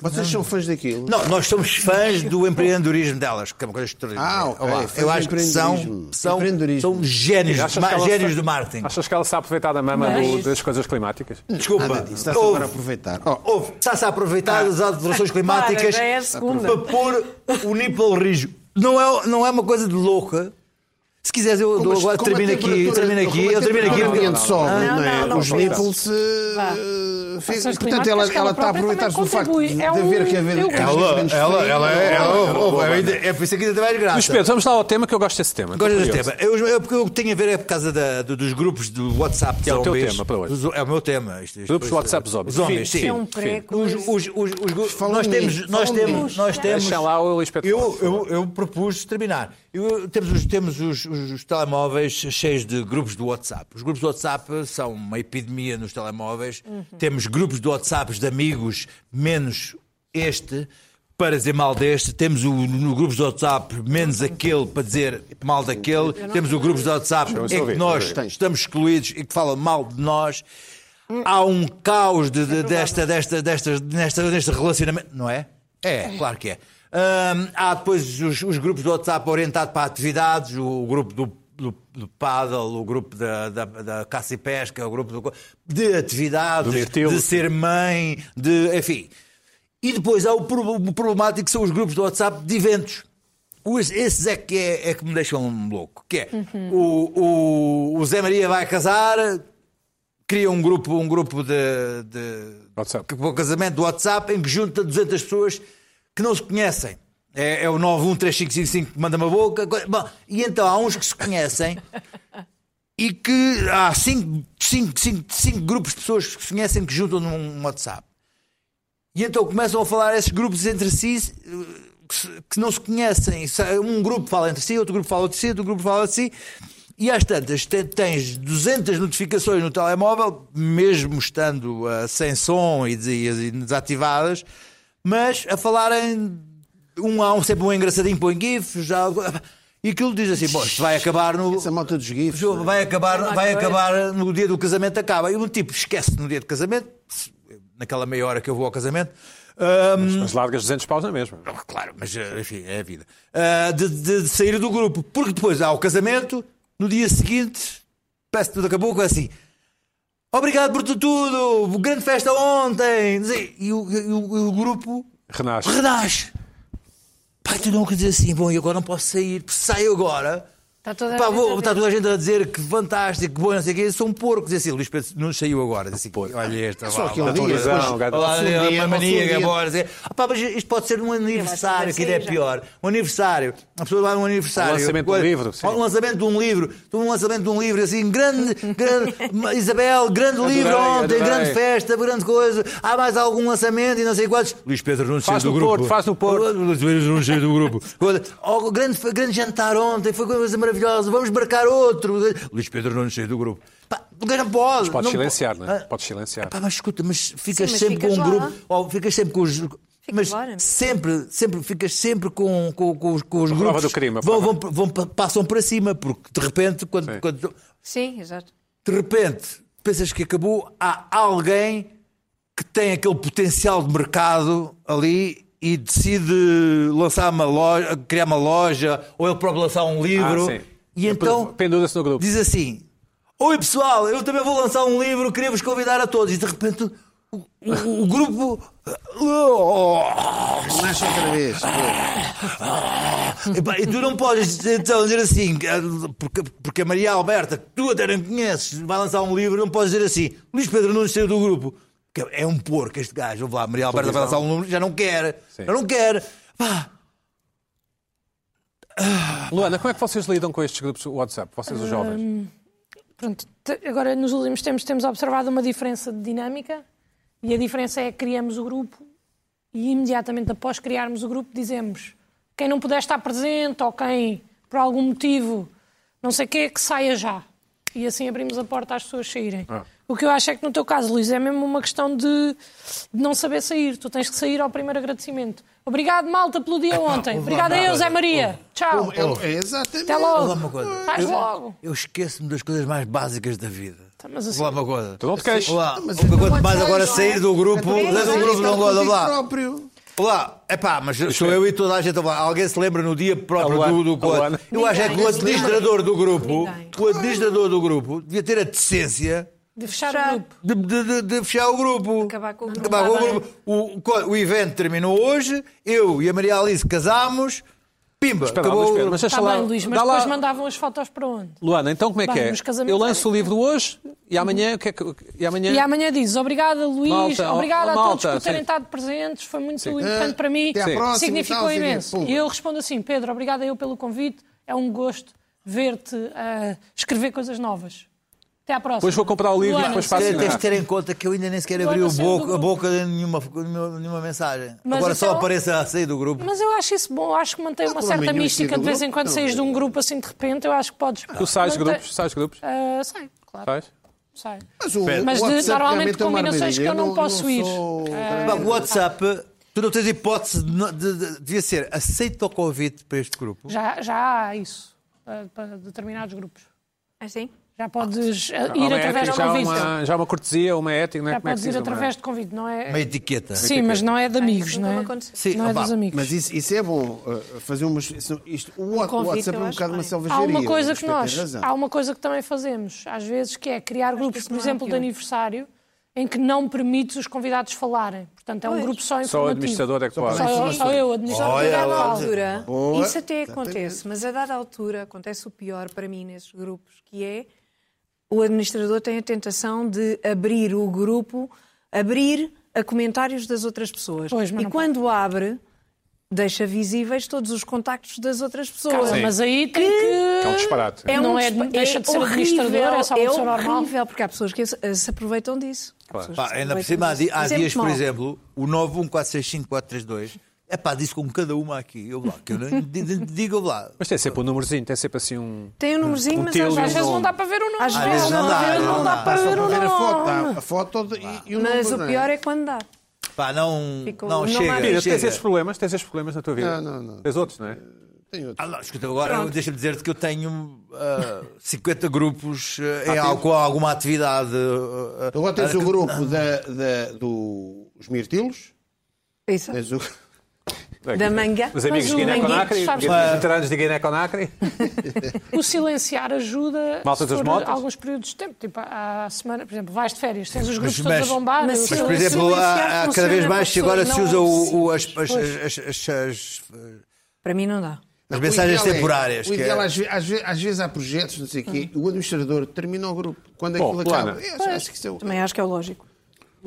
Speaker 2: Vocês são fãs daquilo?
Speaker 4: Hum. Não, nós somos fãs do empreendedorismo delas, que é uma coisa extraordinária.
Speaker 2: Ah, ok.
Speaker 4: Olá.
Speaker 2: Fãs
Speaker 4: Eu
Speaker 2: do
Speaker 4: acho que são,
Speaker 2: empreendedorismo.
Speaker 4: são,
Speaker 2: Empreendedorismo.
Speaker 4: são génios,
Speaker 1: Achas que
Speaker 4: ma-
Speaker 1: ela
Speaker 4: génios
Speaker 1: se-
Speaker 4: do marketing.
Speaker 1: Achas que ela se aproveitar da mama
Speaker 5: Mas-
Speaker 1: do- das coisas climáticas?
Speaker 4: Desculpa,
Speaker 2: Nada disso, Está-se
Speaker 4: Houve-
Speaker 2: agora a aproveitar. Oh,
Speaker 4: houve- está-se a aproveitar das alterações climáticas
Speaker 5: Para, já é a segunda.
Speaker 4: para pôr o nipple rijo. Não é, não é uma coisa de louca. Se quiseres, eu dou
Speaker 2: as-
Speaker 4: agora
Speaker 2: como a
Speaker 4: termino aqui, eu
Speaker 2: temperatura-
Speaker 4: termino
Speaker 2: como
Speaker 4: aqui,
Speaker 2: a
Speaker 4: eu termino aqui.
Speaker 2: temperatura
Speaker 1: não, não,
Speaker 2: ambiente
Speaker 1: não,
Speaker 2: sobe,
Speaker 5: não,
Speaker 2: não é?
Speaker 5: não, não,
Speaker 2: Os
Speaker 5: não,
Speaker 2: nipples. eh,
Speaker 3: Vá.
Speaker 2: eh,
Speaker 3: Ações
Speaker 2: ficam- Portanto,
Speaker 3: climáticas
Speaker 2: ela,
Speaker 3: que
Speaker 2: ela está
Speaker 3: ela
Speaker 2: a
Speaker 3: própria
Speaker 2: aproveitar-se do
Speaker 3: também
Speaker 2: facto de,
Speaker 3: contribui.
Speaker 2: de
Speaker 3: É um-
Speaker 2: haver que haver.
Speaker 3: eu-
Speaker 2: cada vez menos frio.
Speaker 4: é por isso que ainda tem mais
Speaker 1: Mas
Speaker 4: graça.
Speaker 1: Pedro, vamos lá ao tema que eu gosto desse tema.
Speaker 4: Gosto
Speaker 1: Estou
Speaker 4: desse
Speaker 1: curioso.
Speaker 4: tema. Eu, eu, porque eu tenho a ver é por causa da- do- dos grupos do WhatsApp
Speaker 1: Que é o teu
Speaker 4: zombies.
Speaker 1: tema para hoje.
Speaker 4: Dos- É o meu tema. Isto- isto-
Speaker 1: Grupos
Speaker 4: isto-
Speaker 1: WhatsApp zombies.
Speaker 4: Zombies,
Speaker 1: Sim,
Speaker 4: sim.
Speaker 5: É um prego.
Speaker 4: Os, os, os, os grupos-
Speaker 2: Falam
Speaker 4: nós
Speaker 2: de mim,
Speaker 4: temos, nós
Speaker 2: falam de
Speaker 4: temos,
Speaker 2: mim.
Speaker 4: nós temos.
Speaker 1: Deixem lá o Lispeto
Speaker 4: Eu,
Speaker 1: falar, por
Speaker 4: eu, eu propus terminar. Eu- temos os, temos os, os- os telemóveis cheios de grupos do WhatsApp. Os grupos do WhatsApp são uma epidemia nos telemóveis. Temos temos grupos de WhatsApps de amigos, menos este, para dizer mal deste. Temos o, no grupos de WhatsApp, menos aquele, para dizer mal daquele. Temos o grupos de WhatsApp em que
Speaker 2: ouvir,
Speaker 4: nós
Speaker 2: deixa-me ouvir.
Speaker 4: estamos excluídos e que falam mal de nós. Há um caos de, de- desta, desta, desta, nesta, neste relacionamento, não é? É, claro que é. Hum, há depois os, os grupos do WhatsApp orientados para atividades, o, grupo do, do, do paddle, o grupo da, da, da caça e pesca, o grupo do, co- de atividades,
Speaker 1: Do mirtilo.
Speaker 4: de ser mãe, de. enfim. E depois há o pro- o problemático que são os grupos do WhatsApp de eventos. Os- Esses é que, é, é que me deixam louco. Que é o, o, o Zé Maria vai casar, cria um grupo, um grupo de, de
Speaker 1: WhatsApp.
Speaker 4: que- para o casamento do WhatsApp em que junta 200 pessoas que não se conhecem. É, é o 913555 que manda uma boca. co- Bom, e então há uns que se conhecem e que há cinco, cinco, cinco, cinco grupos de pessoas que se conhecem que juntam num WhatsApp. E então começam a falar esses grupos entre si eh, que, se- que não se conhecem. Sa- Um grupo fala entre si, outro grupo fala entre si, outro grupo fala entre si. E às tantas, te- tens 200 notificações no telemóvel, mesmo estando ah, sem som e, de- e desativadas, mas a falarem. Um há um sempre um engraçadinho, põe GIFs. há- E aquilo diz assim: bom, isto vai acabar no.
Speaker 2: Essa malta dos GIFs.
Speaker 4: João,
Speaker 2: não é?
Speaker 4: vai acabar, vai acabar no dia do casamento, acaba. E um tipo esquece no dia do casamento, naquela meia hora que eu vou ao casamento. hum,
Speaker 1: Mas largas 200 paus na mesma.
Speaker 4: claro, mas eh, enfim, é a vida. Ah, de, de- de sair do grupo. Porque depois há o casamento, no dia seguinte, parece que tudo acabou com assim. Obrigado por tudo, grande festa ontem. E o- e o- e o grupo
Speaker 1: Renasce.
Speaker 4: renasce. Pai, tu não quer dizer assim, bom, e agora não posso sair, saio agora.
Speaker 5: Está Tá toda a
Speaker 4: Pá,
Speaker 5: gente
Speaker 4: vou-
Speaker 5: a ver.
Speaker 4: está toda a gente a dizer que fantástico, que bom, não sei o quê. Sou um porco. Diz assim, Luís Pedro, não saiu agora. Diz assim, olha
Speaker 1: É
Speaker 4: esta.
Speaker 2: Só
Speaker 4: vá,
Speaker 1: um
Speaker 2: aquele
Speaker 4: vá,
Speaker 2: dia,
Speaker 4: vá,
Speaker 2: depois-
Speaker 4: vá, vá,
Speaker 2: ao seu dia,
Speaker 4: uma
Speaker 2: ao seu
Speaker 4: mania,
Speaker 2: dia.
Speaker 4: agora. dizer, "Ah, pá, mas isto pode ser um aniversário, que ainda é
Speaker 5: sair já.
Speaker 4: pior. Um aniversário. A pessoa vai a um aniversário.
Speaker 1: Ao lançamento de um
Speaker 4: Olha,
Speaker 1: livro, sim.
Speaker 4: ao lançamento de um livro. Estou num lançamento de um livro, assim, grande, grande Isabel, grande livro ontem,
Speaker 1: adorei.
Speaker 4: grande festa, grande coisa. Há mais algum lançamento e não sei quantos. Luís Pedro não
Speaker 1: Faz no Porto, faz no Porto.
Speaker 4: Luís Pedro não saiu do grupo. Oh, grande, grande jantar ontem, foi uma coisa maravilhosa. Vamos marcar outro. Luís Pedro não saiu do grupo. Pá, o gajo não pode.
Speaker 1: Pode
Speaker 4: não
Speaker 1: silenciar,
Speaker 4: po-
Speaker 1: não é?
Speaker 4: Ah,
Speaker 1: Pode silenciar.
Speaker 4: Pá, mas escuta, mas ficas
Speaker 5: Sim, mas
Speaker 4: sempre
Speaker 5: ficas
Speaker 4: com um
Speaker 5: lá.
Speaker 4: grupo. ou ficas sempre com os. mas
Speaker 5: lá, não é?
Speaker 4: sempre, sempre, ficas sempre com, com, com os, com os
Speaker 1: prova
Speaker 4: grupos.
Speaker 1: do crime, a
Speaker 4: vão,
Speaker 1: prova.
Speaker 4: vão- vão- passam para cima, porque de repente, quando,
Speaker 1: Sim.
Speaker 4: quando-
Speaker 5: Sim, exato.
Speaker 4: de repente pensas que acabou, há alguém que tem aquele potencial de mercado ali e decide lançar uma loja, criar uma loja, ou ele próprio lançar um livro.
Speaker 1: Ah, sim.
Speaker 4: e então
Speaker 1: Pendura-se no grupo.
Speaker 4: diz assim: Oi pessoal, eu também vou lançar um livro, queria vos convidar a todos. E de repente o, o- o grupo. "Oh,
Speaker 2: Renasce outra vez.
Speaker 4: Epá, E tu não podes então dizer assim, porque, porque a Maria Alberta, que tu até não conheces, vai lançar um livro, não podes dizer assim, Luís Pedro Nunes saiu do grupo. Porque é um porco este gajo. Vou lá, a Maria Alberta vai lançar um livro, já não quer.
Speaker 1: Sim.
Speaker 4: Já não quer. Pá,
Speaker 1: Luana, como é que vocês lidam com estes grupos WhatsApp? Vocês,
Speaker 3: Ah,
Speaker 1: os jovens?
Speaker 3: Pronto, te- agora nos últimos tempos temos observado uma diferença de dinâmica e a diferença é que criamos o grupo e imediatamente após criarmos o grupo dizemos quem não puder estar presente ou quem por algum motivo não sei o que que saia já. E assim abrimos a porta às pessoas saírem.
Speaker 4: Ah.
Speaker 3: O que eu acho é que no teu caso, Luís, é mesmo uma questão de, de não saber sair. Tu tens que sair ao primeiro agradecimento. Obrigado, malta, pelo dia ontem. Obrigado a eu, Zé Maria. Tchau.
Speaker 2: É, exatamente.
Speaker 3: Até
Speaker 4: vou lá uma
Speaker 3: logo.
Speaker 4: coisa.
Speaker 3: Faz
Speaker 4: Eu-
Speaker 3: logo.
Speaker 4: Eu esqueço-me das coisas mais básicas da vida.
Speaker 3: Tá, mas assim-
Speaker 4: Vou lá uma coisa.
Speaker 1: Tu não te queixes.
Speaker 4: Olá, quanto mais agora sair do grupo,
Speaker 2: Mas um
Speaker 4: do
Speaker 2: aí
Speaker 4: grupo
Speaker 2: está
Speaker 4: não gosta,
Speaker 2: contigo
Speaker 4: lá.
Speaker 2: próprio.
Speaker 4: Olá, epá, mas sou eu e toda a gente. Olá. Alguém se lembra no dia próprio
Speaker 1: Olá.
Speaker 4: do, do co-
Speaker 1: Olá.
Speaker 4: Eu acho é que o
Speaker 5: Ninguém.
Speaker 4: administrador do grupo,
Speaker 5: Ninguém.
Speaker 4: o administrador do grupo, devia ter a decência
Speaker 3: De fechar
Speaker 5: Já.
Speaker 3: o grupo.
Speaker 4: de, de- de- de fechar o grupo.
Speaker 5: Acabar com o grupo.
Speaker 4: Acabar com o
Speaker 5: Tá
Speaker 4: grupo. O, co- o evento terminou hoje, eu e a Maria Alice casámos, pimba,
Speaker 1: Espera lá,
Speaker 4: acabou.
Speaker 1: Luís Pedro,
Speaker 4: o grupo.
Speaker 1: mas deixa
Speaker 3: Está
Speaker 1: lá.
Speaker 3: Tá bem, Luís, mas
Speaker 1: dá lá-
Speaker 3: depois mandavam as fotos para onde?
Speaker 1: Luana, então como é que
Speaker 3: Bem,
Speaker 1: é?
Speaker 3: nos casamentos
Speaker 1: Eu lanço o livro hoje e amanhã o que é que. E amanhã.
Speaker 3: E amanhã dizes, obrigada Luís,
Speaker 1: Malta, ó-
Speaker 3: obrigada a
Speaker 1: ó,
Speaker 3: todos
Speaker 1: malta,
Speaker 3: por terem
Speaker 1: sim.
Speaker 3: estado presentes, foi muito importante para mim,
Speaker 2: Até à próxima,
Speaker 3: significou
Speaker 2: tal, sim,
Speaker 3: imenso.
Speaker 2: pum.
Speaker 3: E eu respondo assim, Pedro, obrigada eu pelo convite, é um gosto ver-te a escrever coisas novas. Até à próxima.
Speaker 1: Depois vou comprar o livro e
Speaker 3: Luana,
Speaker 1: depois faço-
Speaker 4: Tens
Speaker 1: Assinar.
Speaker 4: de ter em conta que eu ainda nem sequer
Speaker 3: Luana,
Speaker 4: abri o
Speaker 3: saiu do
Speaker 4: boca, a
Speaker 3: grupo.
Speaker 4: boca de nenhuma, nenhuma, nenhuma mensagem.
Speaker 3: Mas
Speaker 4: Agora só
Speaker 3: então-
Speaker 4: apareça a sair do grupo.
Speaker 3: Mas eu acho isso bom, acho que mantém uma
Speaker 2: problema
Speaker 3: certa
Speaker 2: nenhum em
Speaker 3: mística
Speaker 2: sair do
Speaker 3: de vez
Speaker 2: grupo,
Speaker 3: em quando
Speaker 2: não.
Speaker 3: saís de um grupo assim de repente, eu acho que podes... eh,
Speaker 1: Tu sais
Speaker 3: mantém-
Speaker 1: grupos? Sais grupos?
Speaker 3: Ah, sei, claro.
Speaker 1: Sais?
Speaker 3: Sei.
Speaker 2: Mas o,
Speaker 3: Mas
Speaker 2: WhatsApp
Speaker 3: de-
Speaker 2: realmente
Speaker 3: normalmente
Speaker 2: é uma
Speaker 3: combinações
Speaker 2: armadilha.
Speaker 3: que eu não posso ir. Ah,
Speaker 2: sou-
Speaker 4: Pá, O WhatsApp, tu não tens hipótese de, não- de, de- devia ser aceito o convite para este grupo.
Speaker 3: Já, já há isso eh, para determinados grupos. Ah,
Speaker 5: Assim?
Speaker 3: Já podes eh,
Speaker 1: Há
Speaker 3: ir
Speaker 1: uma
Speaker 3: através de
Speaker 1: ética, Ah, já, há
Speaker 3: convite.
Speaker 1: uma, já há uma cortesia, uma ética, não é? Como é
Speaker 3: Já
Speaker 1: que
Speaker 3: podes
Speaker 1: se diz?
Speaker 3: ir
Speaker 1: Uma-
Speaker 3: através de convite, não é?
Speaker 4: Uma etiqueta.
Speaker 3: Sim, mas não é de amigos,
Speaker 5: isso
Speaker 3: não
Speaker 5: nunca me
Speaker 3: é?
Speaker 5: aconteceu.
Speaker 4: Sim,
Speaker 3: Não é
Speaker 4: opá,
Speaker 3: dos amigos.
Speaker 2: Mas isso, isso é bom, uh, fazer umas. isso- Isto, o What-
Speaker 5: convite,
Speaker 2: WhatsApp é
Speaker 5: eu
Speaker 2: um
Speaker 5: acho
Speaker 2: bocado uma
Speaker 5: bem.
Speaker 2: selvageria.
Speaker 3: Há uma coisa
Speaker 2: mas
Speaker 3: que
Speaker 2: tem
Speaker 3: nós,
Speaker 2: razão.
Speaker 3: há um uma coisa que também fazemos, às vezes, que é criar grupos,
Speaker 5: isso
Speaker 3: por
Speaker 5: não é
Speaker 3: exemplo, de
Speaker 5: pior.
Speaker 3: aniversário, em que não permites os convidados falarem. Portanto, é um
Speaker 5: Pois.
Speaker 3: grupo
Speaker 1: Só
Speaker 3: só
Speaker 1: o
Speaker 3: informativo.
Speaker 1: administrador é que pode.
Speaker 3: Só eu, só eu
Speaker 5: A
Speaker 3: administrador. é
Speaker 5: dada
Speaker 3: falo.
Speaker 5: altura,
Speaker 2: Boa.
Speaker 5: isso até acontece, mas a dada altura acontece o pior para mim nesses grupos, que é o administrador tem a tentação de abrir o grupo, abrir a comentários das outras pessoas.
Speaker 3: Pois, mas
Speaker 5: e
Speaker 3: não
Speaker 5: quando abre, deixa visíveis todos os contactos das outras pessoas.
Speaker 3: Carla, mas aí tem
Speaker 1: É um
Speaker 3: que...
Speaker 1: disparate.
Speaker 5: um
Speaker 3: não é-
Speaker 5: despa-
Speaker 3: deixa de ser administrador, é só uma pessoa normal.
Speaker 5: horrível, porque há pessoas que se, eh, se aproveitam disso. Há pessoas que
Speaker 4: Pá,
Speaker 5: se
Speaker 4: ainda por
Speaker 5: aproveitam
Speaker 4: cima, há, di-
Speaker 5: disso.
Speaker 4: há
Speaker 5: Mas é
Speaker 4: dias,
Speaker 5: muito
Speaker 4: por
Speaker 5: mau.
Speaker 4: exemplo, o 914654432, é pá, disse com cada uma aqui. Eu lá, que eu não di- di- digo eu lá.
Speaker 1: Mas tem sempre um númerozinho, tem sempre assim um.
Speaker 5: Tem um númerozinho, mas
Speaker 1: teu
Speaker 5: às
Speaker 1: e um
Speaker 3: Às
Speaker 5: vezes
Speaker 3: vezes
Speaker 5: não
Speaker 3: não dá para ver o nome.
Speaker 5: Às vezes
Speaker 4: não dá, não dá.
Speaker 3: para
Speaker 2: Só
Speaker 3: ver
Speaker 2: para
Speaker 3: o
Speaker 2: ver a foto,
Speaker 3: nome.
Speaker 2: há a foto de- e, e o
Speaker 5: Mas
Speaker 2: número,
Speaker 5: o
Speaker 2: não
Speaker 5: pior é quando dá.
Speaker 4: Pá, não,
Speaker 5: Ficou-
Speaker 4: não
Speaker 5: não há-
Speaker 4: chega.
Speaker 1: Pira,
Speaker 4: chega.
Speaker 1: tens esses problemas, tens esses problemas na tua vida.
Speaker 2: Não, não, não.
Speaker 1: Tens outros, não é?
Speaker 2: Tem outro.
Speaker 4: Ah, não, escuta, agora deixa-me dizer-te que eu tenho ah, 50 grupos ah, em al- com alguma atividade. ah,
Speaker 2: Tu Agora tens
Speaker 4: ah,
Speaker 2: o grupo da, da, dos mirtilos,
Speaker 5: Isso.
Speaker 2: tens o,
Speaker 5: Da manga.
Speaker 1: é Os amigos é de
Speaker 3: Mas o
Speaker 1: Guiné-Conakry,
Speaker 3: Manguito,
Speaker 1: os
Speaker 3: sabes-
Speaker 1: veteranos de Guiné-Conakry.
Speaker 3: O silenciar ajuda
Speaker 1: Malta das
Speaker 3: por
Speaker 1: motas?
Speaker 3: alguns períodos de tempo. Tipo, à semana, por exemplo, vais de férias, tens os grupos
Speaker 4: Mas-
Speaker 3: todos
Speaker 4: mas-
Speaker 3: a bombar.
Speaker 5: mas
Speaker 3: o
Speaker 5: sim,
Speaker 4: Mas, por
Speaker 3: silêncio-
Speaker 4: exemplo, há- há
Speaker 5: silenciar
Speaker 4: cada vez
Speaker 5: funciona
Speaker 4: mais,
Speaker 5: para
Speaker 4: agora se
Speaker 5: pessoas
Speaker 4: usa
Speaker 5: não
Speaker 4: o, o- as, as, as, as- as-
Speaker 5: Para mim não dá.
Speaker 4: as mensagens
Speaker 2: O ideal é-
Speaker 4: temporárias.
Speaker 2: o
Speaker 4: que é-
Speaker 2: ideal, às, ve- às ve- às vezes há projetos, não sei o quê, o administrador termina o grupo. Quando
Speaker 1: Bom,
Speaker 2: aquilo
Speaker 1: Luana.
Speaker 2: acaba. É, acho- acho que isso é o-
Speaker 5: Também acho que é o lógico.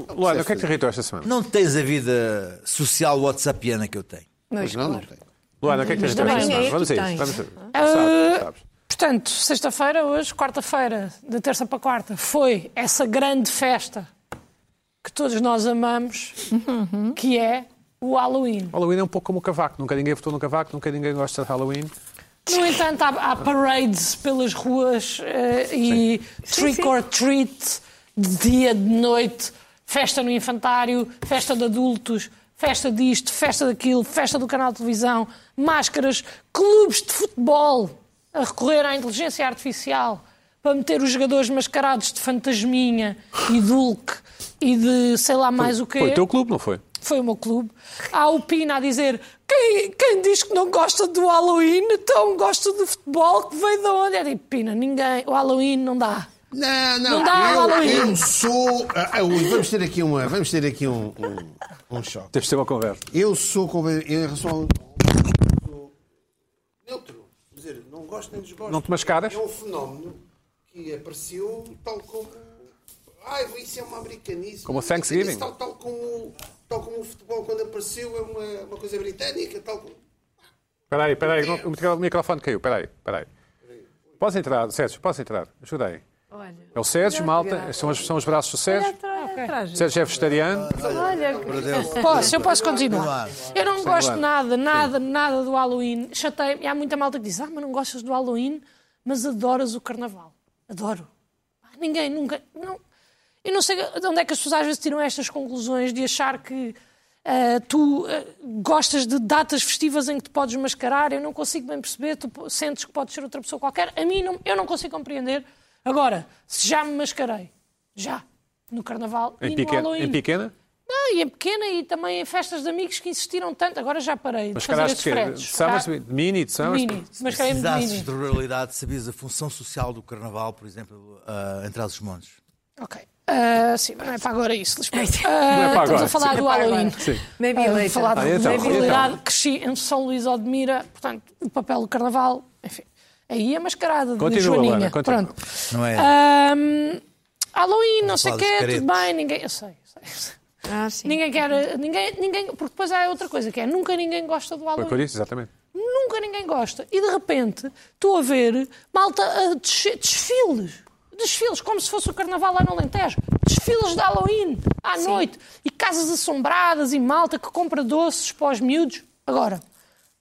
Speaker 1: Luana, o que é que te irritou esta semana?
Speaker 4: Não tens a vida social whatsappiana que eu tenho.
Speaker 2: Mas não, não tem.
Speaker 1: Luana, o que é que te
Speaker 5: Mas
Speaker 1: irritou esta
Speaker 5: também
Speaker 1: semana?
Speaker 5: é
Speaker 1: Vamos a
Speaker 5: que
Speaker 1: isso.
Speaker 5: tens.
Speaker 1: Vamos a isso.
Speaker 3: Ah,
Speaker 1: Sabes, sabes.
Speaker 3: Portanto, sexta-feira, hoje, quarta-feira, de terça para quarta, foi essa grande festa que todos nós amamos,
Speaker 4: Uhum.
Speaker 3: que é o Halloween.
Speaker 1: Halloween é um pouco como o cavaco. Nunca ninguém votou no cavaco, nunca ninguém gosta de Halloween.
Speaker 3: No entanto, há, há parades pelas ruas eh, e trick or treat de dia, de noite, festa no infantário, festa de adultos, festa disto, festa daquilo, festa do canal de televisão, máscaras, clubes de futebol a recorrer à inteligência artificial para meter os jogadores mascarados de fantasminha e de Hulk e de sei lá mais o quê.
Speaker 1: Foi o teu clube, não foi?
Speaker 3: Foi o meu clube. Há o Pina a dizer: quem, quem diz que não gosta do Halloween, então gosta do futebol, que veio de onde? Eu digo, Pina, ninguém. O Halloween não dá.
Speaker 2: Não, não,
Speaker 3: Não dá,
Speaker 2: eu,
Speaker 3: Halloween.
Speaker 2: eu sou. ah, ah, ui, vamos ter aqui, uma, vamos ter aqui um, um, um choque.
Speaker 1: Temos de ter uma conversa.
Speaker 2: Eu sou, com- em relação ao. eu sou Neutro. Quer dizer, não gosto nem desgosto.
Speaker 1: Não te mascaras?
Speaker 2: É um fenómeno que apareceu tal como. Ai, isso é uma americanice.
Speaker 1: Como o Thanksgiving.
Speaker 2: Isso Tal, tal, como, tal como o futebol quando apareceu é uma, uma coisa britânica, tal como.
Speaker 1: Espera aí, espera aí. O micro- o microfone caiu. Espera aí, espera aí. Posso entrar, Sérgio? Posso entrar? Ajuda aí.
Speaker 5: Olha.
Speaker 1: É o Sérgio, malta. São os, são os braços do
Speaker 5: Olha
Speaker 3: tá.
Speaker 1: Sérgio.
Speaker 3: Ah,
Speaker 5: atrás,
Speaker 1: O
Speaker 5: atrás.
Speaker 1: Sérgio é vegetariano.
Speaker 5: Olha, que-
Speaker 3: Posso, eu posso continuar.
Speaker 4: Claro.
Speaker 3: Eu não gosto nada, nada, nada do Halloween. Chatei. Há muita malta que diz: ah, mas não gostas do Halloween, mas adoras o carnaval. Adoro. Ah, Ninguém nunca. Não. Eu não sei de onde é que as pessoas às vezes tiram estas conclusões de achar que ah, tu ah, gostas de datas festivas em que te podes mascarar. Eu não consigo bem perceber. Tu po- sentes que podes ser outra pessoa qualquer. A mim, não, eu não consigo compreender. Agora, se já me mascarei, já, no carnaval e
Speaker 1: Em
Speaker 3: no
Speaker 1: pequena.
Speaker 3: Halloween.
Speaker 1: Em pequena?
Speaker 3: Não, Ah, e em pequena e também em festas de amigos que insistiram tanto. Agora já parei de fazer
Speaker 1: Mascaraste
Speaker 3: esses
Speaker 1: de quê?
Speaker 3: fretes.
Speaker 1: é De Summers? De Mini? De
Speaker 3: Ah,
Speaker 1: Summers?
Speaker 3: Mini. Mascarei-me de
Speaker 4: Precisasses
Speaker 3: mini.
Speaker 4: de ruralidade, sabias a função social do carnaval, por exemplo, ah, entre os montes.
Speaker 3: Ok. Ah, sim, mas não é para agora isso. Lisboa. Ah,
Speaker 1: é para
Speaker 3: estamos
Speaker 1: agora.
Speaker 3: a falar
Speaker 1: Sim.
Speaker 3: do Halloween.
Speaker 1: Sim.
Speaker 5: Maybe
Speaker 3: Ah,
Speaker 5: later.
Speaker 3: falar
Speaker 1: Ah, então,
Speaker 3: da mobilidade.
Speaker 1: então.
Speaker 3: Cresci em São Luís Odmira, portanto, o papel do carnaval, enfim. Aí é mascarada de
Speaker 1: Continua, Ana,
Speaker 3: Joaninha.
Speaker 1: continua.
Speaker 3: Pronto.
Speaker 4: Não é?
Speaker 3: Ahm, Halloween, não sei o
Speaker 4: falar
Speaker 3: quê,
Speaker 4: dos
Speaker 3: tudo
Speaker 4: caretos.
Speaker 3: bem, ninguém. Eu sei, eu sei, eu sei.
Speaker 5: Ah, sim.
Speaker 3: Ninguém quer. Ninguém, ninguém, porque depois há outra coisa que é nunca ninguém gosta do
Speaker 1: Foi o que eu
Speaker 3: Halloween.
Speaker 1: disse, exatamente.
Speaker 3: Nunca ninguém gosta. E de repente estou a ver malta a desce- desfiles. Desfiles, como se fosse o carnaval lá no Alentejo. Desfiles de Halloween à noite. E casas assombradas e malta que compra doces para os miúdos. Agora,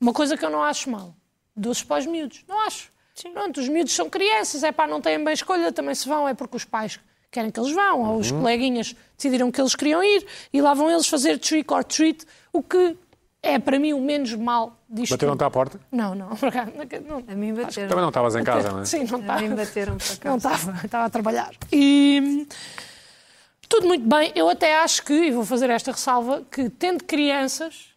Speaker 3: uma coisa que eu não acho mal: doces para os miúdos. Não acho. Pronto, os miúdos são crianças, é pá, não têm bem escolha, também se vão, é porque os pais querem que eles vão, ou os coleguinhas decidiram que eles queriam ir e lá vão eles fazer trick or treat, o que é para mim o menos mal disto.
Speaker 1: Bateram-te à porta?
Speaker 3: Não, não, por acaso, não,
Speaker 5: A mim bateram.
Speaker 1: Também não estavas em casa, não é?
Speaker 3: Sim, não
Speaker 5: A
Speaker 3: está.
Speaker 5: mim bateram para cá.
Speaker 3: Não estava, estava a trabalhar. E tudo muito bem. Eu até acho que, e vou fazer esta ressalva, que tendo crianças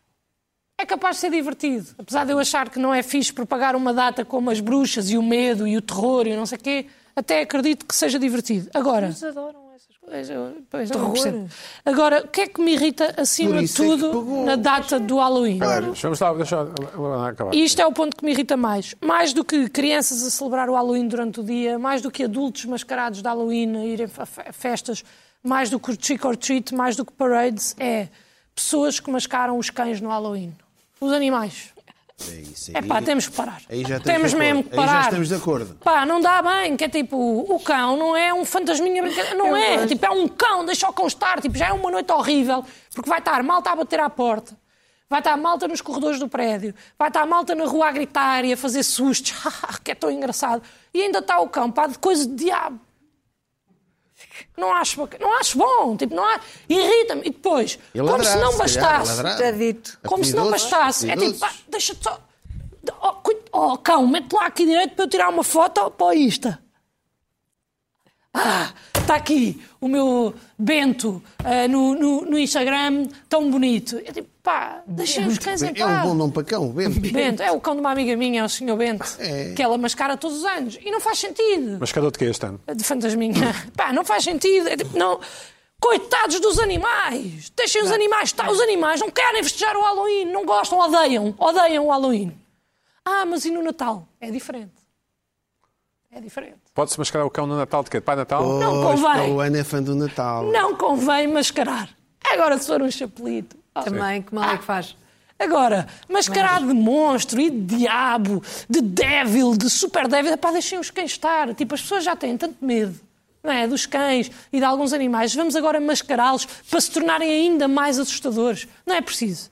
Speaker 3: é capaz de ser divertido. Apesar de eu achar que não é fixe propagar uma data como as bruxas e o medo e o terror e o não sei o quê, até acredito que seja divertido. Agora.
Speaker 5: Eles adoram essas coisas.
Speaker 3: Pois, eu- pois, eu não percebo. Agora, o que é que me irrita acima
Speaker 2: Por
Speaker 3: de
Speaker 2: isso é que
Speaker 3: tudo
Speaker 2: pagou.
Speaker 3: na data do Halloween?
Speaker 2: Claro.
Speaker 1: Vamos lá, deixa eu acabar.
Speaker 3: E isto é o ponto que me irrita mais. Mais do que crianças a celebrar o Halloween durante o dia, mais do que adultos mascarados de Halloween a irem a fe- festas, mais do que o trick or treat, mais do que parades, é pessoas que mascaram os cães no Halloween. Os animais.
Speaker 2: É isso aí.
Speaker 3: É pá, temos que parar.
Speaker 2: Aí já estamos
Speaker 3: temos
Speaker 2: de acordo.
Speaker 3: mesmo que
Speaker 2: Aí já
Speaker 3: parar.
Speaker 2: estamos de acordo.
Speaker 3: Pá, não dá bem, que é tipo, o cão não é um fantasminha brincadeira. Não é, tipo, é um cão, deixa o cão estar, tipo, já é uma noite horrível, porque vai estar malta a bater à porta, vai estar malta nos corredores do prédio, vai estar malta na rua a gritar e a fazer sustos, que é tão engraçado. E ainda está o cão, pá, de coisa de diabo. Não acho, bac- não acho bom, tipo, não há... irrita-me. E depois,
Speaker 2: E
Speaker 3: como
Speaker 2: ladrar,
Speaker 3: se não
Speaker 2: se calhar,
Speaker 3: bastasse,
Speaker 2: ladrar.
Speaker 5: Está dito.
Speaker 3: como se não
Speaker 2: Apelidosos,
Speaker 3: bastasse. É tipo,
Speaker 2: apelidosos.
Speaker 3: pá, deixa-te só. Oh, cuid- oh, cão, mete lá aqui direito para eu tirar uma foto para o Insta. Ah, está aqui o meu Bento ah, no, no, no Instagram, tão bonito. É tipo, pá, deixa os cães em
Speaker 2: É um
Speaker 3: paz.
Speaker 2: bom nome para cão, Bento.
Speaker 3: Bento, é o cão de uma amiga minha, é o senhor Bento,
Speaker 2: É.
Speaker 3: que ela mascara todos os anos. E não faz sentido
Speaker 1: Mas cadê-te que é este ano?
Speaker 3: de fantasminha. Pá, não faz sentido. É tipo, não. Coitados dos animais! Deixem os animais estar. Os animais não querem festejar o Halloween, não gostam, odeiam, odeiam o Halloween. Ah, mas e no Natal? É diferente. É diferente.
Speaker 1: Pode-se mascarar o cão no Natal de quê? De Pai Natal?
Speaker 3: Não
Speaker 2: Pois,
Speaker 3: convém.
Speaker 2: O Ana é fã do Natal.
Speaker 3: Não convém mascarar. Agora, se for um chapelito. Ah,
Speaker 5: Também, que mal é que faz?
Speaker 3: Agora, mascarado de monstro e de diabo, de devil, de super devil, pá, deixem os cães estar. Tipo, as pessoas já têm tanto medo, não é? Dos cães e de alguns animais. Vamos agora mascará-los para se tornarem ainda mais assustadores. Não é preciso.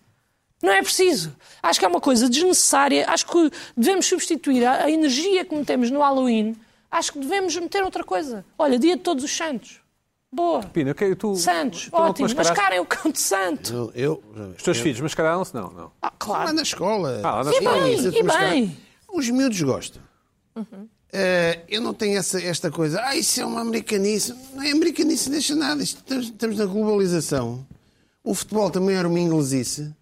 Speaker 3: Não é preciso. Acho que é uma coisa desnecessária. Acho que devemos substituir a, a energia que metemos no Halloween. Acho que devemos meter outra coisa. Olha, dia de todos os santos. Boa.
Speaker 1: Pina, ok, tu,
Speaker 3: Santos,
Speaker 1: tu não te
Speaker 3: ótimo.
Speaker 1: mascaraste?
Speaker 3: Mascarem o cão de santo.
Speaker 2: Eu, eu,
Speaker 1: Os teus filhos mascararam-se? Não, não.
Speaker 3: Ah,
Speaker 2: Lá
Speaker 3: claro.
Speaker 2: na escola.
Speaker 1: Ah, lá na
Speaker 3: E
Speaker 1: escola.
Speaker 3: bem,
Speaker 2: Isso é
Speaker 3: e
Speaker 2: mascarar.
Speaker 3: bem.
Speaker 2: Os miúdos gostam.
Speaker 3: Uhum.
Speaker 2: Eh, eu não tenho essa, esta coisa. Ah, isso é uma americanice. Não é americanice, deixa nada. Isto- Estamos, estamos na globalização. O futebol também era uma inglesice.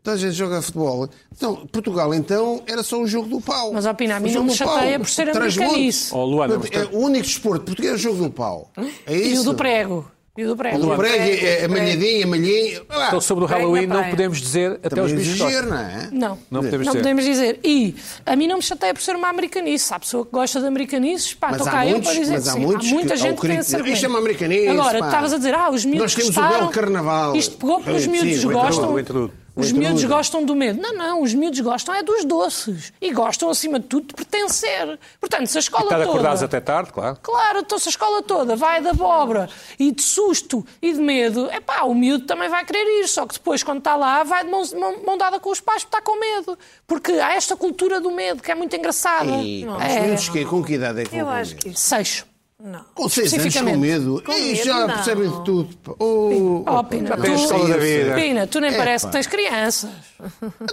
Speaker 2: Então a gente joga futebol. Então, Portugal, então, era só o jogo do pau.
Speaker 3: Mas, ó, Pina, a
Speaker 2: O
Speaker 3: mim
Speaker 2: jogo
Speaker 3: não me
Speaker 2: do pau.
Speaker 3: chateia por ser
Speaker 2: Trás-montes.
Speaker 3: americanice.
Speaker 1: Ó, Luana,
Speaker 2: Portanto,
Speaker 1: mas tá-
Speaker 2: é, O único desporto português é o jogo do pau. É
Speaker 3: E
Speaker 2: isso?
Speaker 3: o do prego. E o do prego.
Speaker 2: O do prego, é, é,
Speaker 5: prego.
Speaker 2: amanhadinho, amanhadinho. Ah,
Speaker 1: Então, sobre o
Speaker 5: Bem na
Speaker 1: Halloween, não
Speaker 5: praia.
Speaker 1: podemos dizer até
Speaker 2: também
Speaker 1: os bichos
Speaker 2: exagero,
Speaker 1: gostam.
Speaker 2: não é?
Speaker 3: Não,
Speaker 1: Não podemos dizer.
Speaker 3: dizer. E a mim não me chateia por ser uma americanice. Se Há pessoa que gosta de americanices, pá,
Speaker 2: Mas
Speaker 3: estou
Speaker 2: há
Speaker 3: cá eu
Speaker 2: muitos-
Speaker 3: para dizer
Speaker 2: mas
Speaker 3: que
Speaker 2: há
Speaker 3: sim.
Speaker 2: muitos
Speaker 3: há muita
Speaker 2: que-
Speaker 3: gente
Speaker 2: ao
Speaker 3: que tem
Speaker 2: crítico-
Speaker 3: esse argumento.
Speaker 2: Isto é uma americanice,
Speaker 3: Agora,
Speaker 2: pá.
Speaker 3: estavas a dizer, ah, os miúdos
Speaker 2: Nós temos o
Speaker 3: gostaram.
Speaker 2: belo carnaval.
Speaker 3: Isto pegou porque os
Speaker 2: Sim,
Speaker 3: miúdos
Speaker 2: sim, o
Speaker 3: gostam...
Speaker 1: entrudo, o entrudo.
Speaker 3: Os
Speaker 2: O
Speaker 3: miúdos
Speaker 2: entrudo.
Speaker 3: gostam do medo. Não, não, os miúdos gostam é dos doces. E gostam, acima de tudo, de pertencer. Portanto, se a escola
Speaker 1: Estar acordados
Speaker 3: toda...
Speaker 1: até tarde, claro.
Speaker 3: Claro, então se a escola toda vai de abóbora e de susto e de medo, é pá, o miúdo também vai querer ir, só que depois, quando está lá, vai de mão, mão- mão dada com os pais porque está com medo. Porque há esta cultura do medo que é muito engraçada.
Speaker 2: E, pá, os
Speaker 3: é,
Speaker 2: miúdos que, com que idade é
Speaker 3: Ah.
Speaker 2: que
Speaker 5: Eu
Speaker 2: vão
Speaker 5: acho
Speaker 2: comer?
Speaker 5: que isto.
Speaker 3: Seixo.
Speaker 2: Com seis anos com
Speaker 3: Especificamente.
Speaker 2: medo.
Speaker 5: Com
Speaker 2: Ei,
Speaker 5: medo,
Speaker 2: já
Speaker 5: não.
Speaker 2: percebem de tudo. pá. Oh,
Speaker 3: Oh, Pina,
Speaker 1: tem a escola da vida.
Speaker 3: tu, Pina, tu nem
Speaker 2: É,
Speaker 3: parece
Speaker 2: pá.
Speaker 3: que tens crianças.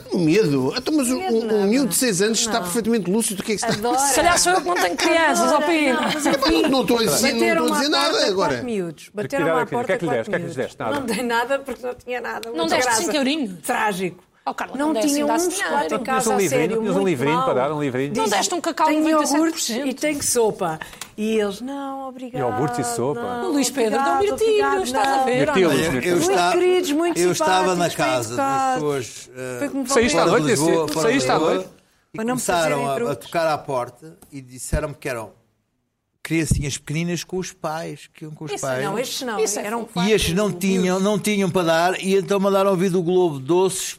Speaker 2: Com medo. Então, mas um,
Speaker 5: Medo
Speaker 2: um,
Speaker 5: não.
Speaker 2: um miúdo de seis anos está perfeitamente lúcido. O que é que está
Speaker 5: Adora.
Speaker 3: Se calhar sou eu que não tenho crianças, ó
Speaker 5: Adora,
Speaker 3: Pina.
Speaker 5: não, mas
Speaker 2: É pá, não- Não estou a dizer, não estou
Speaker 5: Bateram
Speaker 2: a
Speaker 5: à
Speaker 2: dizer
Speaker 5: porta
Speaker 2: nada agora.
Speaker 5: quatro miúdos.
Speaker 1: Que
Speaker 5: Bateram
Speaker 1: idade
Speaker 5: à
Speaker 1: é que-
Speaker 5: porta
Speaker 1: que é que lhe
Speaker 5: quatro
Speaker 1: deste? Que é que lhe
Speaker 5: miúdos.
Speaker 1: deste? Nada.
Speaker 5: Não dei nada porque não tinha nada.
Speaker 3: Não
Speaker 5: muita
Speaker 3: deste
Speaker 5: graça.
Speaker 3: cinco eurinho?
Speaker 5: Trágico.
Speaker 3: Oh, Carla, não
Speaker 5: não
Speaker 3: dessem,
Speaker 5: tinha
Speaker 3: dá-se
Speaker 5: um chocolate
Speaker 3: dinheiro.
Speaker 5: em casa,
Speaker 1: Mas um
Speaker 5: a
Speaker 1: livrinho,
Speaker 5: sério,
Speaker 1: mas um
Speaker 5: muito
Speaker 1: livrinho
Speaker 5: mal.
Speaker 1: para dar, um livrinho.
Speaker 3: Não deste um cacau
Speaker 5: Tenho
Speaker 3: 97%.
Speaker 5: iogurtes e tenho sopa. E eles, não, obrigado.
Speaker 1: Iogurte e sopa.
Speaker 5: não,
Speaker 3: O Luís Pedro
Speaker 5: é obrigado,
Speaker 3: deu mirtilhos,
Speaker 5: obrigado,
Speaker 3: estás
Speaker 5: não.
Speaker 3: a ver?
Speaker 1: Mirtilhos,
Speaker 3: ou não?
Speaker 1: mirtilhos.
Speaker 4: eu
Speaker 5: Muito
Speaker 4: estava,
Speaker 5: queridos, muito
Speaker 4: eu estava na
Speaker 5: simpáticos, bem
Speaker 4: casa das
Speaker 5: educados.
Speaker 4: pessoas. eh,
Speaker 5: Foi como
Speaker 1: Saíste à
Speaker 5: Paulo
Speaker 1: noite
Speaker 4: fora de
Speaker 1: desse-
Speaker 4: Lisboa, fora de
Speaker 1: saíste à
Speaker 4: Lisboa,
Speaker 1: noite?
Speaker 4: E
Speaker 5: Para não me
Speaker 4: começaram
Speaker 5: fazerem
Speaker 4: a- a,
Speaker 5: truques.
Speaker 4: tocar à porta e disseram-me que eram criancinhas pequeninas com os pais, que iam com os
Speaker 5: Esse
Speaker 4: pais.
Speaker 5: não, estes não. um
Speaker 3: Isso é
Speaker 5: eram
Speaker 3: fofo.
Speaker 5: quatro
Speaker 4: E estes não
Speaker 5: miúdos.
Speaker 4: tinham, não tinham para dar, e então mandaram vir do Globo Doces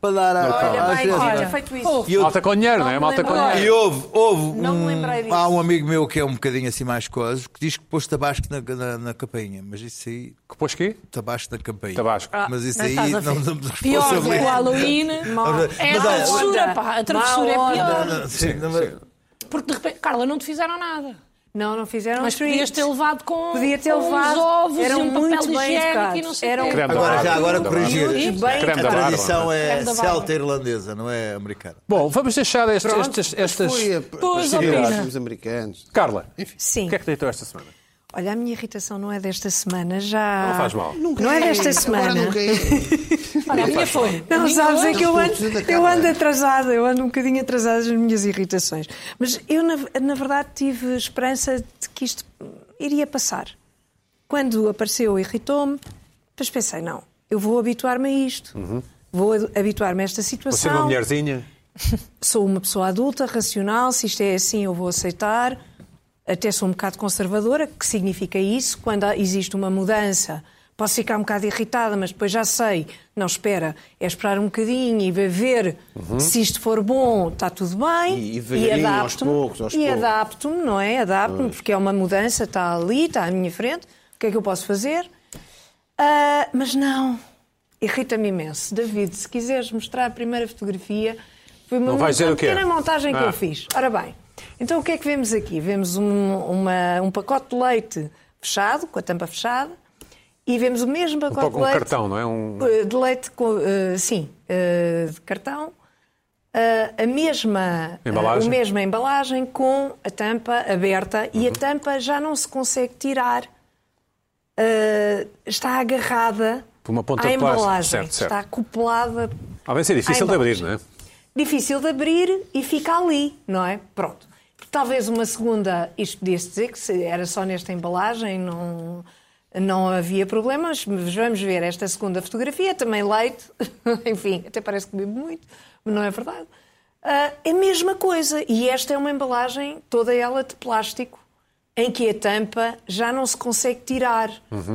Speaker 4: para dar à-
Speaker 5: Olha,
Speaker 4: à- às
Speaker 5: mãe,
Speaker 4: crianças.
Speaker 5: tinha feito isso.
Speaker 4: E eu-
Speaker 1: Malta com dinheiro, não é?
Speaker 5: Não,
Speaker 1: Malta com
Speaker 5: lembro.
Speaker 1: dinheiro.
Speaker 4: E houve, houve
Speaker 5: Não me
Speaker 4: um-
Speaker 1: Hum,
Speaker 5: lembrei disso.
Speaker 4: há um amigo meu que é um bocadinho assim mais coso que diz que pôs tabasco na, na, na campainha, mas isso aí,
Speaker 1: Que pôs quê?
Speaker 4: tabasco na campainha.
Speaker 1: Tabasco.
Speaker 4: mas isso
Speaker 5: Ah, não assim.
Speaker 4: aí
Speaker 5: estás a
Speaker 4: não
Speaker 5: ver.
Speaker 4: damos
Speaker 3: Pior do que o
Speaker 4: responsabilidade.
Speaker 3: Halloween é a
Speaker 4: Mas olha-
Speaker 3: travessura, pá. A travessura é
Speaker 5: Má
Speaker 3: pior.
Speaker 5: onda.
Speaker 4: Sim, não, mas-
Speaker 3: Porque de repente, Carla, não te fizeram nada.
Speaker 5: Não, não fizeram
Speaker 3: Mas
Speaker 5: treats.
Speaker 3: podias ter levado com,
Speaker 5: Podia ter
Speaker 3: com
Speaker 5: levado.
Speaker 3: uns ovos
Speaker 5: Eram
Speaker 3: e um
Speaker 5: muito
Speaker 3: papel
Speaker 5: bem
Speaker 3: higiênico e
Speaker 5: educados.
Speaker 3: não sei
Speaker 5: Eram-
Speaker 3: o quê.
Speaker 5: Creme
Speaker 4: Agora, já agora
Speaker 5: Creme da
Speaker 4: corrigir.
Speaker 5: Bárbara. Creme
Speaker 4: A
Speaker 5: da
Speaker 4: tradição
Speaker 3: Creme
Speaker 4: é
Speaker 3: da Bárbara.
Speaker 4: celta-irlandesa, não é americana.
Speaker 1: Bom, vamos deixar estas.
Speaker 2: Pronto,
Speaker 1: estas, estas-
Speaker 2: Foi a,
Speaker 3: Pois,
Speaker 2: a-
Speaker 3: opina.
Speaker 2: a- os americanos.
Speaker 1: Carla,
Speaker 5: Sim.
Speaker 1: o que é que deitou esta semana?
Speaker 5: Olha, a minha irritação não é desta semana, já.
Speaker 1: Não faz mal.
Speaker 5: Não, é desta semana.
Speaker 2: Agora nunca é.
Speaker 3: Olha, a minha foi. A
Speaker 5: Não,
Speaker 3: minha
Speaker 5: sabes,
Speaker 3: foi.
Speaker 5: é que eu ando,
Speaker 2: Tudo da
Speaker 5: eu
Speaker 2: Carla.
Speaker 5: ando atrasada, eu ando um bocadinho atrasada nas minhas irritações. Mas eu, na, na verdade, tive esperança de que isto iria passar. Quando apareceu, irritou-me, mas pensei, não, eu vou habituar-me a isto. Vou ad- habituar-me a esta
Speaker 1: Uhum. Vou ser uma
Speaker 5: situação.
Speaker 1: mulherzinha?
Speaker 5: Sou uma pessoa adulta, racional, se isto é assim eu vou aceitar. Até sou um bocado conservadora, que significa isso. Quando há- existe uma mudança, posso ficar um bocado irritada, mas depois já sei. Não, espera, é esperar um bocadinho e ver- ver se isto for bom, está tudo bem.
Speaker 2: Uhum. E- e devagarinho, aos
Speaker 5: adapto-me.
Speaker 2: poucos, aos
Speaker 5: E
Speaker 2: poucos.
Speaker 5: adapto-me, não é? Adapto-me, porque é uma mudança, está ali, está à minha frente. O que é que eu posso fazer? Ah, mas não, irrita-me imenso. David, se quiseres mostrar a primeira fotografia, foi uma,
Speaker 1: Não vais dizer
Speaker 5: uma
Speaker 1: o quê?
Speaker 5: pequena montagem que
Speaker 1: Ah.
Speaker 5: eu fiz. Ora bem, então o que é que vemos aqui? Vemos um, uma- um pacote de leite fechado, com a tampa fechada, e vemos o mesmo
Speaker 1: Um,
Speaker 5: pacote
Speaker 1: pouco-
Speaker 5: de
Speaker 1: um
Speaker 5: leite.
Speaker 1: cartão, não é? Um...
Speaker 5: eh, De leite, com, eh, sim, eh, de cartão. eh, a mesma eh,
Speaker 1: Embalagem.
Speaker 5: o mesma embalagem com a tampa aberta e a
Speaker 1: Uhum.
Speaker 5: tampa já não se consegue tirar eh, está agarrada
Speaker 1: Por uma ponta
Speaker 5: à
Speaker 1: de plástico.
Speaker 5: embalagem
Speaker 1: Certo, certo.
Speaker 5: está acoplada
Speaker 1: Ah, vai ser difícil
Speaker 5: à
Speaker 1: de abrir,
Speaker 5: embalagem.
Speaker 1: não é?
Speaker 5: difícil de abrir e fica ali, não é? Pronto. Talvez uma segunda, isto podia-se dizer que se era só nesta embalagem, não, não havia problemas, mas vamos ver esta segunda fotografia, também leite, enfim, até parece que bebo muito, mas não é verdade. Ah, é a mesma coisa, e esta é uma embalagem, toda ela de plástico, em que a tampa já não se consegue tirar,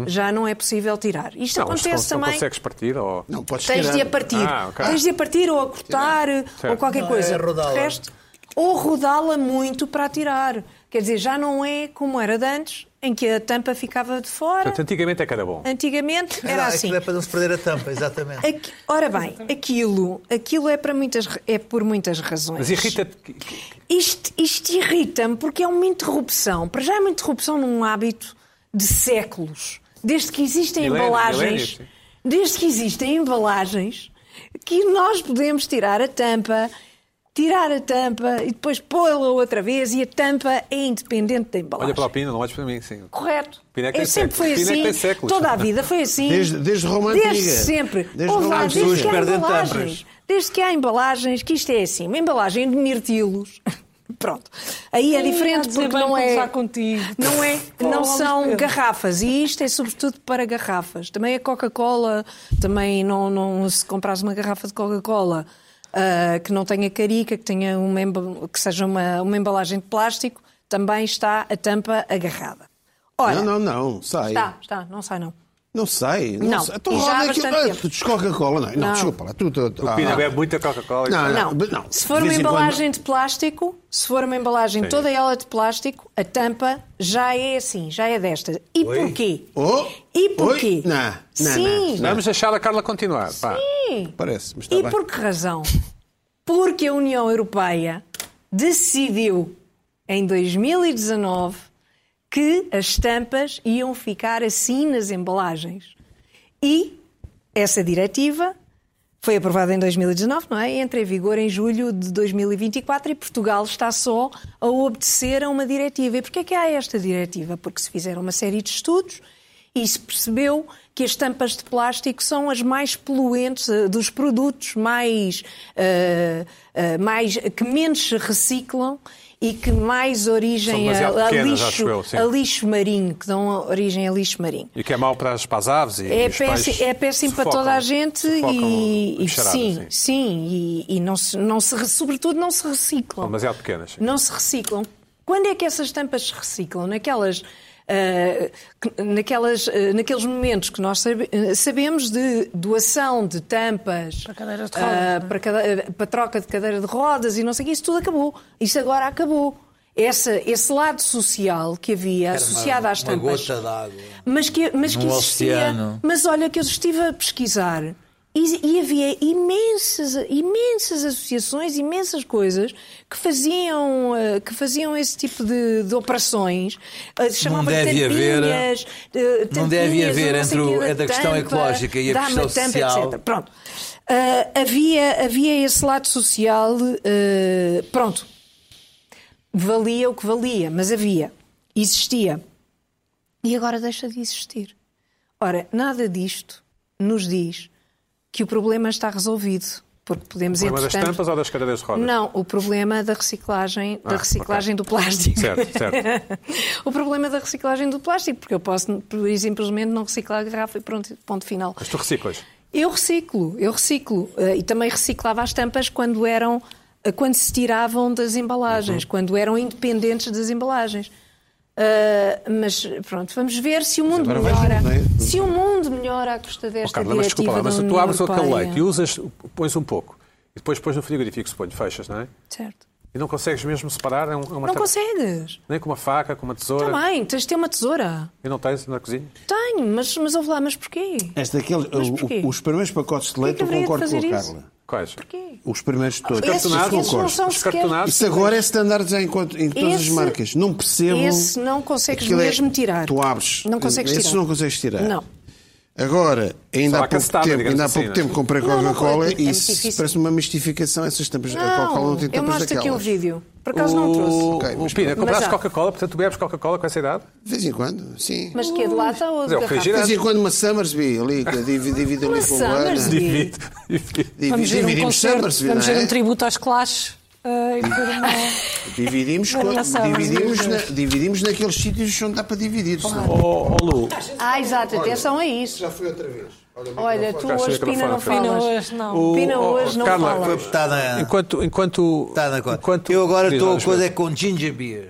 Speaker 5: já não é possível tirar. Isto
Speaker 1: Uhum. Não, mas
Speaker 5: acontece
Speaker 1: não
Speaker 5: também.
Speaker 1: consegues partir ou...
Speaker 2: Não, podes
Speaker 5: Tens
Speaker 2: tirar.
Speaker 5: de a partir.
Speaker 1: Ah, ok.
Speaker 5: Tens de a partir ou a cortar eh, ou qualquer
Speaker 4: Não, é
Speaker 5: coisa.
Speaker 4: rodá-la.
Speaker 5: De resto, ou rodá-la muito para tirar. Quer dizer, já não é como era de antes, em que a tampa ficava de fora.
Speaker 1: Portanto, antigamente é que era bom.
Speaker 5: Antigamente era assim.
Speaker 4: Aquilo é para não se perder a tampa, exatamente.
Speaker 5: Aqui- ora bem, aquilo, aquilo é, para muitas, ra- é por muitas razões.
Speaker 1: Mas irrita-te... que- que-
Speaker 5: Isto, isto irrita-me porque é uma interrupção. Para já é uma interrupção num hábito de séculos. Desde que existem
Speaker 1: Milénios, milénios,
Speaker 5: embalagens.
Speaker 1: sim.
Speaker 5: desde que existem embalagens que nós podemos tirar a tampa, tirar a tampa e depois pô-la outra vez e a tampa é independente da embalagem.
Speaker 1: Olha para a Pina, não olhes para mim, sim.
Speaker 5: Correto.
Speaker 1: Pina é que
Speaker 5: Eu
Speaker 1: tem
Speaker 5: sempre foi
Speaker 1: séculos. Pina é que
Speaker 5: assim.
Speaker 1: tem séculos.
Speaker 5: Toda a vida foi assim.
Speaker 2: Desde- desde Roma
Speaker 5: Desde
Speaker 2: Antiga.
Speaker 5: sempre.
Speaker 2: Desde
Speaker 5: Ouve
Speaker 2: Roma
Speaker 5: lá,
Speaker 2: Antiga.
Speaker 5: desde que há
Speaker 4: Perdem tampas.
Speaker 5: embalagens. Desde que há embalagens, que isto é assim. Uma embalagem de mirtilos. Pronto. Aí é
Speaker 3: Há de
Speaker 5: diferente
Speaker 3: dizer
Speaker 5: porque
Speaker 3: bem
Speaker 5: não é.
Speaker 3: conversar contigo.
Speaker 5: Não é, não
Speaker 3: Vamos
Speaker 5: são
Speaker 3: ver.
Speaker 5: garrafas. E isto é sobretudo para garrafas. Também a Coca-Cola, também não, não se comprares uma garrafa de Coca-Cola ah, que não tenha carica, que, tenha uma, emba- que seja uma, uma embalagem de plástico, também está a tampa agarrada. Ora,
Speaker 2: Não, não, não. Sai.
Speaker 5: Está, está, não sai não.
Speaker 2: Não sai. Não,
Speaker 5: Não,
Speaker 2: sai. Então
Speaker 5: e já há
Speaker 2: roda aquilo.
Speaker 5: bastante
Speaker 2: Ah,
Speaker 5: tempo.
Speaker 2: tu descoca cola Não, não,
Speaker 5: Não.
Speaker 2: desculpa lá. Tu, tu, tu,
Speaker 1: O é Pina bebe muita Coca-Cola. e-
Speaker 2: Ah. Não,
Speaker 5: Não,
Speaker 2: mas não.
Speaker 5: se for
Speaker 2: De
Speaker 5: uma
Speaker 2: vez em quando-
Speaker 5: embalagem de plástico, se for uma embalagem toda ela de plástico, a tampa já é assim, já é desta. E
Speaker 4: Oi?
Speaker 5: porquê?
Speaker 2: Oh,
Speaker 5: E porquê?
Speaker 2: oi, não, não,
Speaker 5: Sim.
Speaker 2: não,
Speaker 1: Vamos deixar a Carla continuar. pá.
Speaker 2: Parece, mas está
Speaker 5: E
Speaker 2: bem.
Speaker 5: por que razão? Porque a União Europeia decidiu em 2019 que as tampas iam ficar assim nas embalagens. E essa diretiva foi aprovada em 2019, não é? Entra em vigor em julho de 2024 e Portugal está só a obedecer a uma diretiva. E porquê é que há esta diretiva? Porque se fizeram uma série de estudos e se percebeu que as tampas de plástico são as mais poluentes, eh, dos produtos mais, eh, eh, mais, que menos se reciclam e que mais origem
Speaker 1: demasiado
Speaker 5: a, a
Speaker 1: pequenas,
Speaker 5: lixo,
Speaker 1: acho eu, sim.
Speaker 5: a lixo marinho, que dão origem a lixo marinho.
Speaker 1: E que é mau para as, para as aves e
Speaker 5: É,
Speaker 1: os pais
Speaker 5: péssimo, é péssimo para
Speaker 1: sufocam-
Speaker 5: toda a gente
Speaker 1: sufocam
Speaker 5: e,
Speaker 1: a
Speaker 5: e
Speaker 1: charada,
Speaker 5: sim,
Speaker 1: sim.
Speaker 5: sim, e, e não se, não se, re- sobretudo não se reciclam.
Speaker 1: Demasiado pequenas. sim.
Speaker 5: Não se reciclam. Quando é que essas tampas se reciclam? Naquelas, ah, que- naquelas, ah, naqueles momentos que nós sabe- ah, sabemos de doação de tampas
Speaker 3: Para cadeiras de
Speaker 5: ah,
Speaker 3: rodas,
Speaker 5: para, cade- ah, para troca de cadeira de rodas e não sei o que, isso tudo acabou. Isso agora acabou. Essa, esse lado social que havia associado às
Speaker 4: uma
Speaker 5: tampas
Speaker 4: gota d'água.
Speaker 5: mas que, mas que
Speaker 4: Num
Speaker 5: existia.
Speaker 4: oceano.
Speaker 5: Mas olha, que eu estive a pesquisar E, e havia imensas, imensas associações, imensas coisas que faziam, eh, que faziam esse tipo de, de operações. Eh, Chamavam de
Speaker 4: deve é haver-
Speaker 5: tampinhas, eh,
Speaker 4: não deve
Speaker 5: tampinhas,
Speaker 4: haver
Speaker 5: não sei
Speaker 4: entre o-
Speaker 5: quê, da
Speaker 4: entre a questão
Speaker 5: tampa,
Speaker 4: ecológica e a
Speaker 5: dá-me
Speaker 4: questão
Speaker 5: tampa,
Speaker 4: social.
Speaker 5: etc. Pronto. Ah, havia, havia esse lado social, ah, pronto. Valia o que valia, mas havia, existia. E agora deixa de existir. Ora, nada disto nos diz que o problema está resolvido, porque podemos
Speaker 1: Problema É das
Speaker 5: entretanto-
Speaker 1: tampas ou das cadeiras de rodas?
Speaker 5: Não, o problema da reciclagem, da
Speaker 1: Ah,
Speaker 5: reciclagem
Speaker 1: ok.
Speaker 5: do plástico.
Speaker 1: Certo, certo.
Speaker 5: o problema da reciclagem do plástico, porque eu posso por- simplesmente não reciclar a garrafa e pronto, ponto final.
Speaker 1: Mas tu reciclas.
Speaker 5: Eu reciclo, eu reciclo. Eh, E também reciclava as tampas quando eram eh, quando se tiravam das embalagens,
Speaker 2: Uhum.
Speaker 5: quando eram independentes das embalagens. Eh, mas pronto, vamos ver se o mundo
Speaker 2: agora vais
Speaker 5: melhora.
Speaker 2: ver.
Speaker 5: Se o mundo melhora à custa
Speaker 1: Oh,
Speaker 5: desta
Speaker 1: Carla, mas desculpa
Speaker 5: diretiva
Speaker 1: lá, mas
Speaker 5: da
Speaker 1: tu
Speaker 5: União
Speaker 1: abres aquele
Speaker 5: Europeia.
Speaker 1: leite e usas, pões um pouco. E depois pões no frigorífico, suponho, fechas, não é?
Speaker 5: Certo.
Speaker 1: E não consegues mesmo separar? É um- é uma
Speaker 5: Não
Speaker 1: tampa-
Speaker 5: consegues.
Speaker 1: Nem com uma faca, com uma tesoura.
Speaker 5: Está bem, tens de ter uma tesoura.
Speaker 1: E não tens na cozinha?
Speaker 5: Tenho, mas, mas ouve lá, mas porquê?
Speaker 2: Esta, aquele,
Speaker 5: Mas porquê?
Speaker 2: o- os primeiros pacotes de
Speaker 5: Porquê
Speaker 2: leite,
Speaker 5: que
Speaker 2: eu
Speaker 5: haveria de
Speaker 2: concordo com a
Speaker 5: fazer isso?
Speaker 2: Carla.
Speaker 1: Quais?
Speaker 5: Porquê?
Speaker 2: Os primeiros de todos.
Speaker 5: Esses-
Speaker 1: Cartonados,
Speaker 5: esses não
Speaker 2: concordo.
Speaker 5: são
Speaker 1: Os
Speaker 5: sequer-
Speaker 1: cartonados.
Speaker 2: Isso agora é standard já em, quanto- em todas as
Speaker 5: Esse-
Speaker 2: marcas. Não percebo.
Speaker 5: esse não consegues
Speaker 2: Aquilo é-
Speaker 5: mesmo tirar.
Speaker 2: Tu abres.
Speaker 5: Não consegues
Speaker 2: Esses
Speaker 5: tirar.
Speaker 2: não consegues tirar.
Speaker 5: Não.
Speaker 2: Agora, ainda
Speaker 1: Só
Speaker 2: há
Speaker 1: a
Speaker 2: pouco
Speaker 1: cacetada,
Speaker 2: tempo,
Speaker 1: digamos
Speaker 2: ainda há
Speaker 1: assim,
Speaker 2: pouco
Speaker 1: não é?
Speaker 2: tempo comprei
Speaker 5: Não, não,
Speaker 2: Coca-Cola
Speaker 5: é- é
Speaker 2: e
Speaker 5: muito
Speaker 2: isso
Speaker 5: difícil.
Speaker 2: parece uma mistificação essas tampas. Então, a Coca-Cola não tem
Speaker 5: eu
Speaker 2: tampas
Speaker 5: mostro
Speaker 2: daquelas.
Speaker 5: aqui um vídeo. Por acaso não
Speaker 1: O,
Speaker 5: trouxe.
Speaker 2: Ok,
Speaker 1: o
Speaker 2: mas
Speaker 1: Pina,
Speaker 5: pronto.
Speaker 1: compraste
Speaker 5: Mas há.
Speaker 1: Coca-Cola, portanto tu bebes Coca-Cola com essa idade?
Speaker 2: De vez em quando, sim.
Speaker 5: Mas que é de lata ou de
Speaker 1: Mas é o
Speaker 5: garrafa?
Speaker 2: de
Speaker 1: refrigerante.
Speaker 2: vez em quando uma Summersby ali, que eu divido, divido
Speaker 5: Uma
Speaker 2: ali com o Ana.
Speaker 5: Summersby?
Speaker 1: Divide. divide.
Speaker 3: Vamos
Speaker 2: Divi-
Speaker 3: ver um
Speaker 2: Dividimos
Speaker 3: concerto,
Speaker 2: Summersby,
Speaker 3: vamos
Speaker 2: não
Speaker 3: ver
Speaker 2: é?
Speaker 3: um tributo aos Clash eh, e ver uma...
Speaker 2: Dividimos,
Speaker 3: Vamos
Speaker 2: co-
Speaker 3: lá Summersby.
Speaker 2: dividimos, na- dividimos naqueles sítios onde dá para dividir. senão-
Speaker 1: Oh, oh, Lu,
Speaker 5: Ah, exato, atenção a isso.
Speaker 2: Já fui outra vez. Olha,
Speaker 5: Olha, tu
Speaker 1: Gasta o
Speaker 5: hoje Pina
Speaker 1: microfone,
Speaker 5: não
Speaker 1: Fernando.
Speaker 5: falas.
Speaker 3: Pina hoje não.
Speaker 5: Pina
Speaker 1: Oh, oh,
Speaker 5: hoje não
Speaker 1: Carla,
Speaker 5: fala.
Speaker 1: foi-
Speaker 4: Está na,
Speaker 1: enquanto... enquanto,
Speaker 4: está na conta.
Speaker 1: enquanto
Speaker 4: Tá Eu agora
Speaker 1: Diz,
Speaker 4: estou a
Speaker 1: vamos
Speaker 4: coisa
Speaker 1: ver.
Speaker 4: é com ginger beer.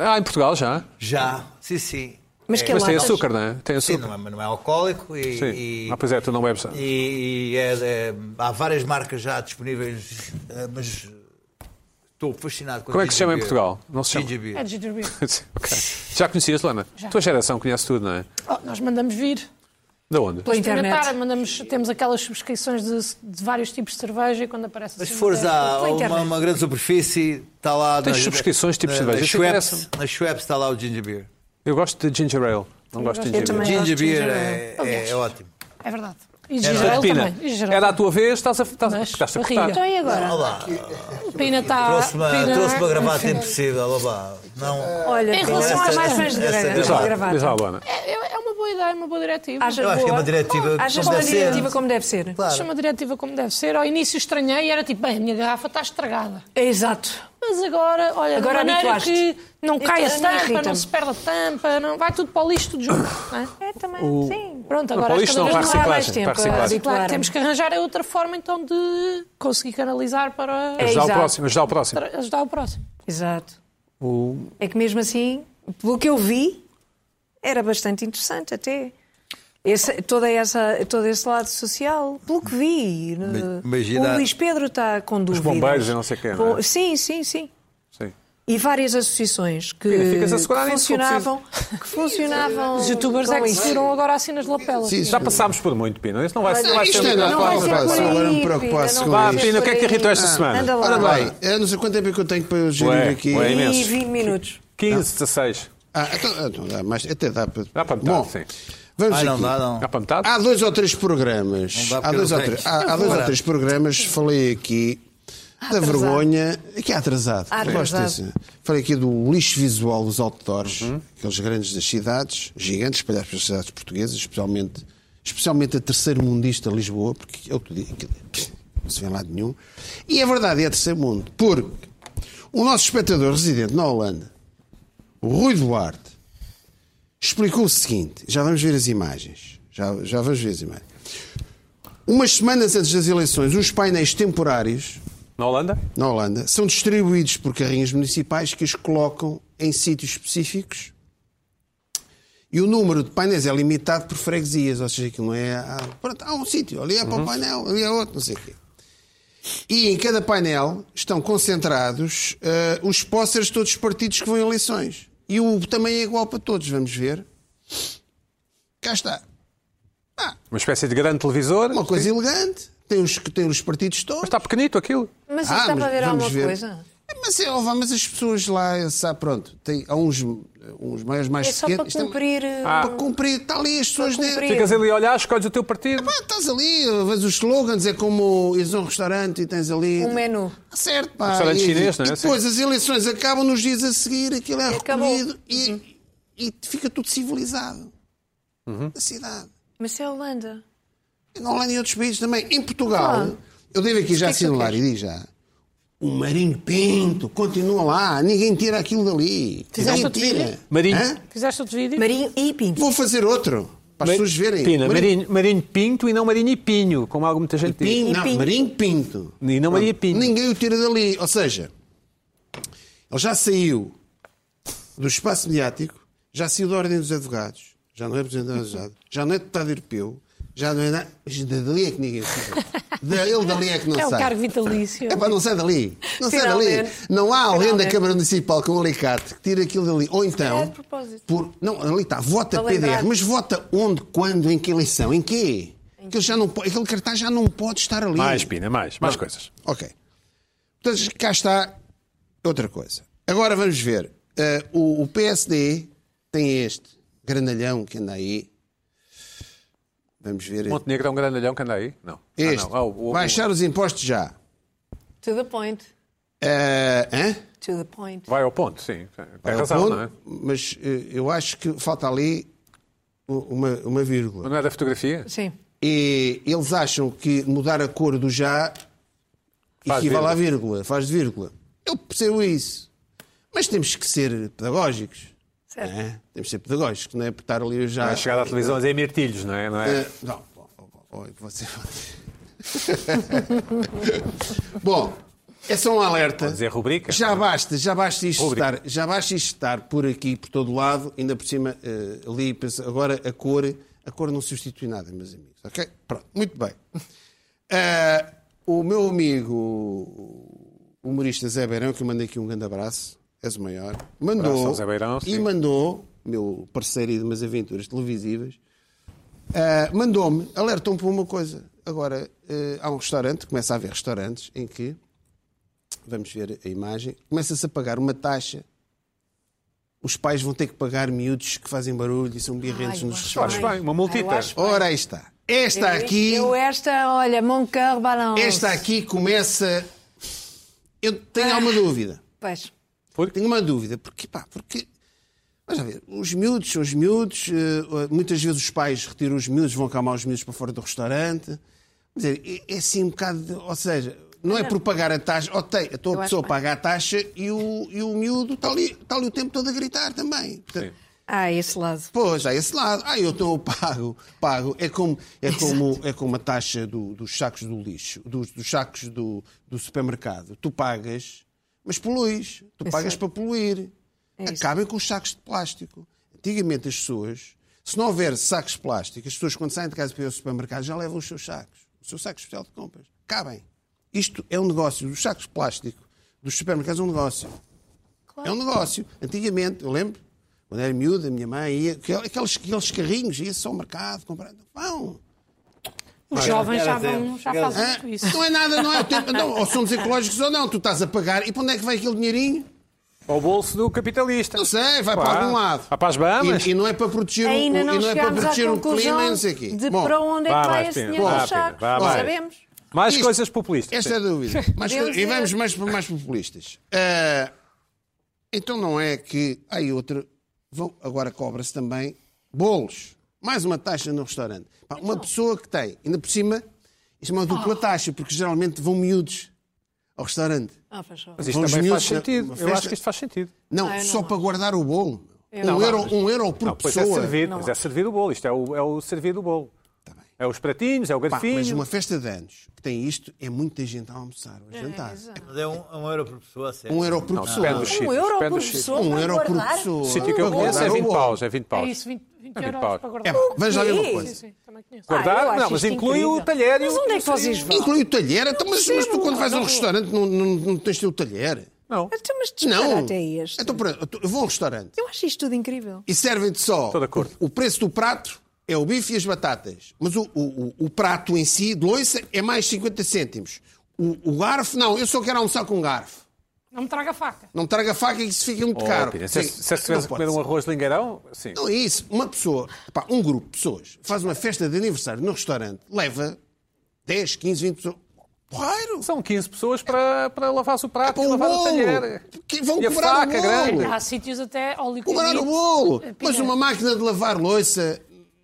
Speaker 1: Ah, em Portugal já?
Speaker 4: Já, sim, sim.
Speaker 5: Mas que
Speaker 1: Mas tem
Speaker 5: latas?
Speaker 1: açúcar, não é? Tem
Speaker 4: Sim,
Speaker 1: açúcar.
Speaker 4: não é, não é alcoólico e,
Speaker 1: Sim.
Speaker 4: e-
Speaker 1: Ah, pois é, tu não bebes.
Speaker 4: e- e é- é- há várias marcas já disponíveis, eh, mas estou fascinado com
Speaker 1: Como é
Speaker 4: a
Speaker 1: que se chama em
Speaker 4: ginger
Speaker 1: Portugal?
Speaker 4: beer.
Speaker 1: Não se chama.
Speaker 4: Ginger beer.
Speaker 3: É de Ginger Beer.
Speaker 1: Ok. Já conhecias, Lana? Tua geração conhece tudo, não é?
Speaker 3: Oh, nós mandamos vir.
Speaker 1: Da onde?
Speaker 5: Pela
Speaker 3: Experimentar,
Speaker 5: internet.
Speaker 3: mandamos, temos aquelas subscrições de, de vários tipos de cerveja e quando aparece
Speaker 4: Mas se
Speaker 3: assim,
Speaker 4: fores
Speaker 3: é-
Speaker 4: a
Speaker 5: Pela
Speaker 4: uma,
Speaker 5: internet.
Speaker 4: uma grande superfície, está lá.
Speaker 1: Tens
Speaker 4: na-
Speaker 1: subscrições, tipo tipos de
Speaker 4: na,
Speaker 1: cerveja,
Speaker 4: na,
Speaker 1: isso
Speaker 4: Schweppes,
Speaker 1: interessa-me.
Speaker 4: na Schweppes está lá o ginger beer.
Speaker 1: Eu gosto de ginger ale. Não gosto de
Speaker 5: Eu
Speaker 1: ginger
Speaker 5: também
Speaker 1: ale.
Speaker 4: Ginger
Speaker 5: gosto de
Speaker 4: beer
Speaker 5: ginger
Speaker 4: é,
Speaker 3: ale.
Speaker 4: é- é ótimo.
Speaker 3: É verdade. E
Speaker 1: Portanto,
Speaker 3: Giral
Speaker 1: Pina,
Speaker 3: também. E Giral
Speaker 1: era a
Speaker 3: também.
Speaker 1: tua vez, estás a, estás a,
Speaker 3: Mas,
Speaker 1: estás a
Speaker 3: barriga.
Speaker 1: cortar.
Speaker 5: Então e agora?
Speaker 4: Olá,
Speaker 3: Pina está...
Speaker 4: trouxe uma,
Speaker 3: Ah, Pina-
Speaker 4: trouxe uma gravata impossível. Olá, não.
Speaker 5: Olha,
Speaker 3: Em
Speaker 5: com
Speaker 3: relação
Speaker 5: essa-
Speaker 3: às margens
Speaker 5: essa-
Speaker 3: de
Speaker 5: essa
Speaker 3: grana,
Speaker 1: Diz
Speaker 5: gravata.
Speaker 1: lá, diz lá, Luana.
Speaker 3: É, é- é uma boa ideia, é uma boa diretiva.
Speaker 5: Achas
Speaker 4: Eu acho que é uma
Speaker 5: boa?
Speaker 4: diretiva
Speaker 5: Achas
Speaker 4: como
Speaker 5: uma
Speaker 4: deve ser.
Speaker 5: diretiva como deve ser?
Speaker 3: Achei uma diretiva como deve ser. Ao início estranhei e era tipo, bem, a minha garrafa está estragada.
Speaker 5: Exato.
Speaker 3: Mas agora, olha, de
Speaker 5: Agora
Speaker 3: maneira
Speaker 5: habituaste.
Speaker 3: que não
Speaker 5: Eu-
Speaker 3: cai
Speaker 5: a
Speaker 3: a
Speaker 5: mim
Speaker 3: tampa,
Speaker 5: irrita-me.
Speaker 3: não se perde a tampa, não... vai tudo para o lixo, tudo junto. não é?
Speaker 5: É também, sim.
Speaker 3: Pronto,
Speaker 1: Não,
Speaker 3: agora
Speaker 1: para
Speaker 3: as
Speaker 1: isto não, para a
Speaker 3: cadeiras
Speaker 5: não há mais
Speaker 1: reciclagem. Para a
Speaker 5: tempo, é
Speaker 1: reciclagem.
Speaker 5: ridículo.
Speaker 3: Claro,
Speaker 5: Claro.
Speaker 3: temos que arranjar é outra forma então de conseguir canalizar para
Speaker 1: Ajudar
Speaker 5: É,
Speaker 1: o
Speaker 5: exato.
Speaker 1: próximo, ajudar o próximo.
Speaker 3: para ajudar o próximo.
Speaker 5: Exato.
Speaker 1: O-
Speaker 5: É que mesmo assim, pelo que eu vi, era bastante interessante até. Esse, toda essa, todo esse lado social, pelo que vi. né?
Speaker 4: imagina-
Speaker 5: O Luís Pedro está com dúvidas.
Speaker 1: bombeiros e não sei quem,
Speaker 5: Bom,
Speaker 1: não é?
Speaker 5: Sim, sim, sim.
Speaker 1: Sim.
Speaker 5: E várias associações que,
Speaker 1: Pina, ficas a segurar
Speaker 5: que
Speaker 1: nisso, se for
Speaker 5: funcionavam. Que funcionavam
Speaker 3: Os youtubers
Speaker 5: com
Speaker 3: é que
Speaker 5: isso.
Speaker 3: seguram agora assim nas lapelas.
Speaker 2: Sim,
Speaker 1: Já passámos por muito, Pina. Isso não vai, não vai
Speaker 2: isto
Speaker 1: ser
Speaker 2: é
Speaker 1: muito
Speaker 2: não vai
Speaker 1: fácil.
Speaker 2: ser por aí,
Speaker 5: Agora
Speaker 2: Agora
Speaker 5: me
Speaker 2: me preocupasse
Speaker 5: preocupasse
Speaker 2: com
Speaker 1: Vá, Pina, o que é que irritou esta semana?
Speaker 5: Anda lá.
Speaker 2: Ora bem, eu não sei quanto tempo é que eu tenho para eu gerir
Speaker 1: Ué,
Speaker 2: aqui.
Speaker 1: ué.
Speaker 5: E
Speaker 1: imensos.
Speaker 5: 20 minutos.
Speaker 1: 15, 16.
Speaker 2: Ah, então, então dá, mas até dá para.
Speaker 1: Dá para metade,
Speaker 2: Bom,
Speaker 1: sim. Tá.
Speaker 2: vamos
Speaker 4: Ah, não
Speaker 2: aqui.
Speaker 4: dá, não.
Speaker 1: Dá para metade?
Speaker 2: Há dois ou três programas.
Speaker 4: Não dá porque
Speaker 2: Há dois,
Speaker 4: eu
Speaker 2: ou
Speaker 4: não
Speaker 2: três,
Speaker 4: tenho.
Speaker 2: há, há dois
Speaker 5: Agora.
Speaker 2: ou três programas. Falei aqui da vergonha. Aqui há atrasado.
Speaker 5: Ah,
Speaker 2: Eu gosto
Speaker 5: atrasado.
Speaker 2: desse. Falei aqui do lixo visual dos outdoors, aqueles grandes das cidades, gigantes, espalhados pelas cidades portuguesas, especialmente, especialmente a terceiro mundista Lisboa, porque é o que digo, não se vê em lado nenhum. E é verdade, é a terceiro mundo, porque o nosso espectador residente na Holanda, o Rui Duarte, explicou o seguinte: já vamos ver as imagens. Já, já vamos ver as imagens. Umas semanas antes das eleições, uns painéis temporários
Speaker 1: Na Holanda?
Speaker 2: na Holanda são distribuídos por carrinhas municipais que os colocam em sítios específicos. E o número de painéis é limitado por freguesias, ou seja, aquilo não é. Há, pronto, há um sítio, ali é para o painel, ali é outro, não sei o quê. E em cada painel estão concentrados eh, os pósteres de todos os partidos que vão em eleições. E o tamanho é igual para todos, vamos ver. Cá está.
Speaker 1: Uma espécie de grande televisor.
Speaker 2: Uma coisa elegante. Tem os, tem os partidos todos.
Speaker 1: Mas está pequenito aquilo.
Speaker 5: Mas
Speaker 2: Ah,
Speaker 5: isso dá
Speaker 2: mas
Speaker 5: para ver
Speaker 2: vamos
Speaker 5: alguma
Speaker 2: ver.
Speaker 5: coisa?
Speaker 2: É, Mas, é, ó, vá, mas as pessoas lá, sabe, pronto, tem, há uns, uns maiores mais
Speaker 5: É só
Speaker 2: pequenos.
Speaker 5: para
Speaker 2: Isto é-
Speaker 5: cumprir. eh,
Speaker 1: Ah.
Speaker 2: para cumprir, está ali as pessoas
Speaker 5: cumprir.
Speaker 2: dentro.
Speaker 1: Ficas ali a olhar, escolhes o teu partido.
Speaker 2: Pá, estás ali, vês os slogans, é como ires a um restaurante e tens ali.
Speaker 5: Um menu.
Speaker 2: Tá Certo, pá.
Speaker 1: Restaurante
Speaker 2: e,
Speaker 1: chinês, não é?
Speaker 2: E depois as eleições acabam nos dias a seguir, aquilo é
Speaker 5: Acabou. Uhum.
Speaker 2: recolhido e, e fica tudo civilizado.
Speaker 1: Uhum.
Speaker 2: A cidade.
Speaker 5: Mas é a Holanda.
Speaker 2: Na Holanda e outros países também. Em Portugal, eu devo aqui já
Speaker 5: que é que tu
Speaker 2: assinalar e digo já. O Marinho Pinto continua lá, ninguém tira aquilo dali.
Speaker 3: Fizeste
Speaker 2: Ninguém
Speaker 3: outro
Speaker 2: tira.
Speaker 3: vídeo?
Speaker 1: Marinho.
Speaker 2: Hã?
Speaker 3: Fizeste outro vídeo?
Speaker 5: Marinho e Pinto.
Speaker 2: Vou fazer outro, para as pessoas verem.
Speaker 1: Pina,
Speaker 2: Marinho
Speaker 1: Marinho, Marinho Pinto e não Marinho e Pinho, como alguma muita gente diz.
Speaker 2: Pinto, não,
Speaker 5: Pinto.
Speaker 2: Marinho Pinto.
Speaker 1: E não Maria Pinho.
Speaker 2: Ninguém o tira dali. Ou seja, ele já saiu do espaço mediático, já saiu da Ordem dos Advogados, já não é presidente da Ordem dos já não é deputado europeu, já não é nada. Mas Dali é que ninguém o tira. Da- Ele dali é que não
Speaker 3: é um
Speaker 2: sai.
Speaker 3: cargo vitalício.
Speaker 2: É pá, não sai dali. Não sai dali.
Speaker 5: Finalmente.
Speaker 2: Não há alguém da
Speaker 5: Finalmente.
Speaker 2: Câmara Municipal com um alicate que tira aquilo dali. Ou então.
Speaker 5: calhar É de propósito.
Speaker 2: Por... Não, ali está. Vota
Speaker 5: Para
Speaker 2: PDR.
Speaker 5: lembrar.
Speaker 2: Mas vota onde, quando, em que eleição? Em quê? Aquele, já não po- aquele cartaz já não pode estar ali.
Speaker 1: Mais, Pina, mais. Mais coisas.
Speaker 2: Ok. Portanto, cá está outra coisa. Agora vamos ver. Eh, o, o PSD tem este grandalhão que anda aí. Vamos ver.
Speaker 1: Montenegro é um grandalhão que anda aí? Não.
Speaker 2: Este.
Speaker 1: Ah, não. Ah, o- o-
Speaker 2: Baixar os impostos já.
Speaker 5: To the point.
Speaker 2: Eh, hã?
Speaker 5: To the point.
Speaker 1: Vai ao ponto, sim. Tem
Speaker 2: Ao
Speaker 1: razão,
Speaker 2: ponto,
Speaker 1: não é?
Speaker 2: Mas eh, eu acho que falta ali u- uma, uma vírgula.
Speaker 1: Não é da fotografia?
Speaker 5: Sim.
Speaker 2: E eles acham que mudar a cor do já
Speaker 1: Faz
Speaker 2: equivale à vírgula, faz de vírgula. Eu percebo isso. Mas temos que ser pedagógicos.
Speaker 5: Certo.
Speaker 2: não é? Temos que ser pedagógicos, não é? Apertar ali o já.
Speaker 1: Vai chegar à televisão a dizer mirtilhos, não é? Não é?
Speaker 2: Eh, não, bom, bom, bom, você- Bom, é só um alerta.
Speaker 1: dizer rubrica.
Speaker 2: Já basta, já basta isto
Speaker 1: Rubrica.
Speaker 2: estar, já basta isto estar por aqui, por todo lado, ainda por cima eh, ali, pensa- agora a cor, a cor não substitui nada, meus amigos, ok? Pronto, muito bem. Eh, o meu amigo o humorista Zé Beirão, que eu mandei aqui um grande abraço, és o maior, mandou
Speaker 1: Abraço ao Zé Beirão,
Speaker 2: e
Speaker 1: sim.
Speaker 2: mandou, meu parceiro e de umas aventuras televisivas, ah, mandou-me, alertou-me para uma coisa. Agora, eh, há um restaurante, começa a haver restaurantes em que, vamos ver a imagem, começa-se a pagar uma taxa. Os pais vão ter que pagar miúdos que fazem barulho e são birrentos nos
Speaker 5: Ai, eu acho
Speaker 1: Acho
Speaker 2: restaurantes.
Speaker 1: bem, uma multita.
Speaker 5: Eu acho-
Speaker 2: Ora, aí está. Esta aqui,
Speaker 5: Eu esta, olha, mon cœur balance.
Speaker 2: esta aqui começa. Eu tenho
Speaker 5: Ah.
Speaker 2: alguma dúvida.
Speaker 5: Pois.
Speaker 2: Tenho uma dúvida, porque pá, porque. Mas a ver, os miúdos são os miúdos, eh, muitas vezes os pais retiram os miúdos, vão calmar os miúdos para fora do restaurante. Quer dizer, é- é assim um bocado. de- ou seja, não é por pagar a taxa, ou tem, então a tua
Speaker 5: Eu acho
Speaker 2: pessoa
Speaker 5: bem.
Speaker 2: paga a taxa e o, e o miúdo está ali, está ali o tempo todo a gritar também. Portanto,
Speaker 5: Ah, esse lado.
Speaker 2: Pois, há esse lado. Ah, eu estou pago, pago. É como, é como, é como a taxa do- dos sacos do lixo, dos, dos sacos do, do supermercado. Tu pagas, mas poluís. Tu pagas para poluir.
Speaker 5: É isso.
Speaker 2: Acabem com os sacos de plástico. Antigamente as pessoas, se não houver sacos de plástico, as pessoas quando saem de casa para ir ao supermercado já levam os seus sacos. O seu saco especial de compras. Cabem. Isto é um negócio. Os sacos de plástico dos supermercados é um negócio. É um negócio. Antigamente, eu lembro, quando era miúda, a minha mãe ia, aqueles, aqueles carrinhos, ia-se ao mercado, comprando pão.
Speaker 3: Os jovens já,
Speaker 2: um
Speaker 3: vão, um, já fazem muito isso.
Speaker 2: Não é nada, não é o tempo. Não, ou somos ecológicos ou não, tu estás a pagar. E para onde é que vai aquele dinheirinho?
Speaker 1: Ao bolso do capitalista.
Speaker 2: Não sei, vai
Speaker 1: Pá,
Speaker 2: para algum um lado.
Speaker 1: Vai para as Bahamas.
Speaker 2: E, e não é para proteger o, o- e
Speaker 5: Ainda não
Speaker 2: não é para
Speaker 5: chegámos à
Speaker 2: proteger o
Speaker 5: conclusão
Speaker 2: clima e não sei o quê.
Speaker 5: de
Speaker 2: Bom,
Speaker 5: para onde é
Speaker 1: vá
Speaker 5: que vai
Speaker 1: mais,
Speaker 5: esse
Speaker 1: Pina,
Speaker 5: dinheiro
Speaker 1: vá,
Speaker 5: dos sacos.
Speaker 1: Pina, vá
Speaker 5: Não
Speaker 1: mais.
Speaker 5: sabemos.
Speaker 1: Mais
Speaker 2: Isto-
Speaker 1: coisas populistas.
Speaker 2: Esta é a dúvida. Mais
Speaker 5: Deus
Speaker 2: coisa- e
Speaker 5: é.
Speaker 2: vamos mais, mais populistas. Ah, então não é que. Aí outra. Vão, agora cobra-se também bolos. Mais uma taxa no restaurante. Pá,
Speaker 5: Então.
Speaker 2: uma pessoa que tem, ainda por cima, isto é uma dupla taxa, porque geralmente vão miúdos ao restaurante.
Speaker 5: Ah, faz favor.
Speaker 1: Mas isto
Speaker 2: Vão os
Speaker 1: também faz
Speaker 2: miúdos na-
Speaker 1: sentido.
Speaker 2: numa
Speaker 1: Eu
Speaker 2: festa.
Speaker 1: acho que isto faz sentido.
Speaker 2: Não,
Speaker 5: Ah, eu não
Speaker 2: só
Speaker 5: gosto.
Speaker 2: para guardar o bolo. Um,
Speaker 5: não
Speaker 2: euro,
Speaker 1: gosto.
Speaker 2: um euro por
Speaker 1: Não, pois é
Speaker 2: pessoa.
Speaker 1: servir. Mas é servir o bolo. Isto é o, é o servir do bolo. É os pratinhos, é o
Speaker 2: Pá, mas
Speaker 1: garfinho.
Speaker 2: uma festa de anos que tem isto, é muita gente a almoçar ou a jantar.
Speaker 7: Mas é um, é um euro por pessoa, sério.
Speaker 2: um euro por pessoa.
Speaker 1: Depende dos
Speaker 5: Um
Speaker 1: sítios,
Speaker 5: euro
Speaker 1: depende
Speaker 5: por
Speaker 1: dos sítios.
Speaker 5: pessoa
Speaker 2: Um
Speaker 5: para
Speaker 2: euro por
Speaker 5: guardar?
Speaker 2: pessoa.
Speaker 1: O sítio que eu
Speaker 2: Para
Speaker 1: conheço é
Speaker 2: guardar o
Speaker 1: 20
Speaker 2: bolo.
Speaker 1: paus. É 20 paus.
Speaker 3: É isso, 20, 20
Speaker 1: É
Speaker 3: euros
Speaker 1: pau.
Speaker 3: para
Speaker 2: É,
Speaker 3: guardar.
Speaker 2: pá, vamos lá ver uma
Speaker 5: quê?
Speaker 2: coisa.
Speaker 3: Sim, sim, também conheço.
Speaker 5: Ah, eu
Speaker 1: Guardar?
Speaker 5: acho
Speaker 1: não, mas
Speaker 5: isto
Speaker 1: inclui o
Speaker 5: incrível.
Speaker 1: talher e
Speaker 5: Mas
Speaker 1: o-
Speaker 5: onde é que vocês vão?
Speaker 2: Inclui o talher? Então, mas, mas tu, quando vais a um
Speaker 5: não.
Speaker 2: restaurante, não, não, não tens teu talher?
Speaker 1: Não.
Speaker 5: Então, mas que
Speaker 2: Não.
Speaker 5: disparate é este?
Speaker 2: Então, pronto, eu vou a um restaurante
Speaker 5: Eu acho isto tudo incrível.
Speaker 2: e servem-te só
Speaker 1: Estou de acordo.
Speaker 2: o preço do prato é o bife e as batatas. Mas o, o- o- o prato em si, de loiça, é mais 50 cêntimos. O, o garfo, não, eu só quero almoçar com garfo.
Speaker 3: Não me traga faca.
Speaker 2: Não traga faca que isso fica muito
Speaker 1: Oh,
Speaker 2: caro.
Speaker 1: Pina, se
Speaker 2: Sim,
Speaker 1: se
Speaker 2: não
Speaker 1: estivesse a
Speaker 2: pode
Speaker 1: comer
Speaker 2: ser.
Speaker 1: um arroz de lingueirão, sim.
Speaker 2: Não é isso. Uma pessoa, pá, um grupo de pessoas, faz uma festa de aniversário num restaurante, leva 10, 15, 20 pessoas. Porreiro!
Speaker 1: São 15 pessoas para, para lavar-se o
Speaker 2: É
Speaker 1: prato
Speaker 2: para
Speaker 1: e
Speaker 2: o
Speaker 1: Ah, lavar o
Speaker 2: bolo!
Speaker 1: talher.
Speaker 2: Que vão
Speaker 1: E a
Speaker 2: cobrar
Speaker 1: faca é
Speaker 2: o bolo!
Speaker 1: grande.
Speaker 3: Há sítios até óleo
Speaker 2: Cobrar o
Speaker 3: quente.
Speaker 2: bolo!
Speaker 3: Pina.
Speaker 2: Mas uma máquina de lavar louça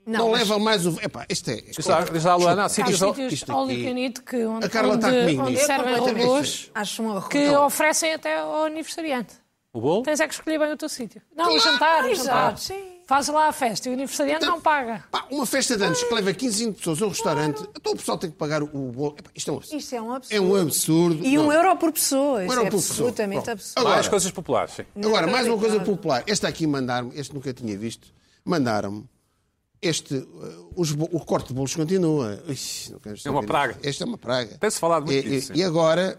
Speaker 2: não,
Speaker 5: É Não, mas-
Speaker 2: leva mais o. Epá, isto é.
Speaker 1: Diz lá- Diz lá, Luana, há
Speaker 3: Há
Speaker 1: sítios...
Speaker 3: sítios
Speaker 2: isto
Speaker 3: all you
Speaker 2: aqui-
Speaker 3: can eat que onde,
Speaker 2: A Carla está
Speaker 3: onde,
Speaker 2: comigo
Speaker 3: onde
Speaker 2: nisso.
Speaker 3: servem
Speaker 2: É completamente
Speaker 3: robôs
Speaker 2: isso.
Speaker 5: Acho um
Speaker 3: que
Speaker 2: Então.
Speaker 5: horror.
Speaker 3: oferecem até ao aniversariante.
Speaker 1: O bolo?
Speaker 3: Tens é que escolher bem o teu sítio. Não, o jantar, o jantar.
Speaker 5: exato, sim.
Speaker 3: Faz lá a festa e o aniversariante não paga.
Speaker 2: Pá, uma festa de anos que leva 15, 20 pessoas a um restaurante, então o pessoal tem que pagar o bolo. Epá, isto é um absurdo.
Speaker 5: Isto é um absurdo.
Speaker 2: É um absurdo.
Speaker 5: E um
Speaker 2: Não.
Speaker 5: euro por pessoa. Isso
Speaker 2: euro
Speaker 5: é
Speaker 2: por pessoa.
Speaker 5: absolutamente
Speaker 2: Pronto.
Speaker 5: absurdo.
Speaker 1: Há
Speaker 2: Agora-
Speaker 1: as coisas populares, sim.
Speaker 2: Agora, mais uma coisa
Speaker 5: Obrigada.
Speaker 2: popular. Este aqui mandaram-me, este nunca tinha visto, mandaram-me. Este, uh, os bo- o corte de bolos continua. Ixi, não quero
Speaker 1: É uma
Speaker 2: saber.
Speaker 1: praga.
Speaker 2: Este é uma praga.
Speaker 1: Tem-se falado muito
Speaker 2: e, e-
Speaker 1: disso, sim.
Speaker 2: E agora,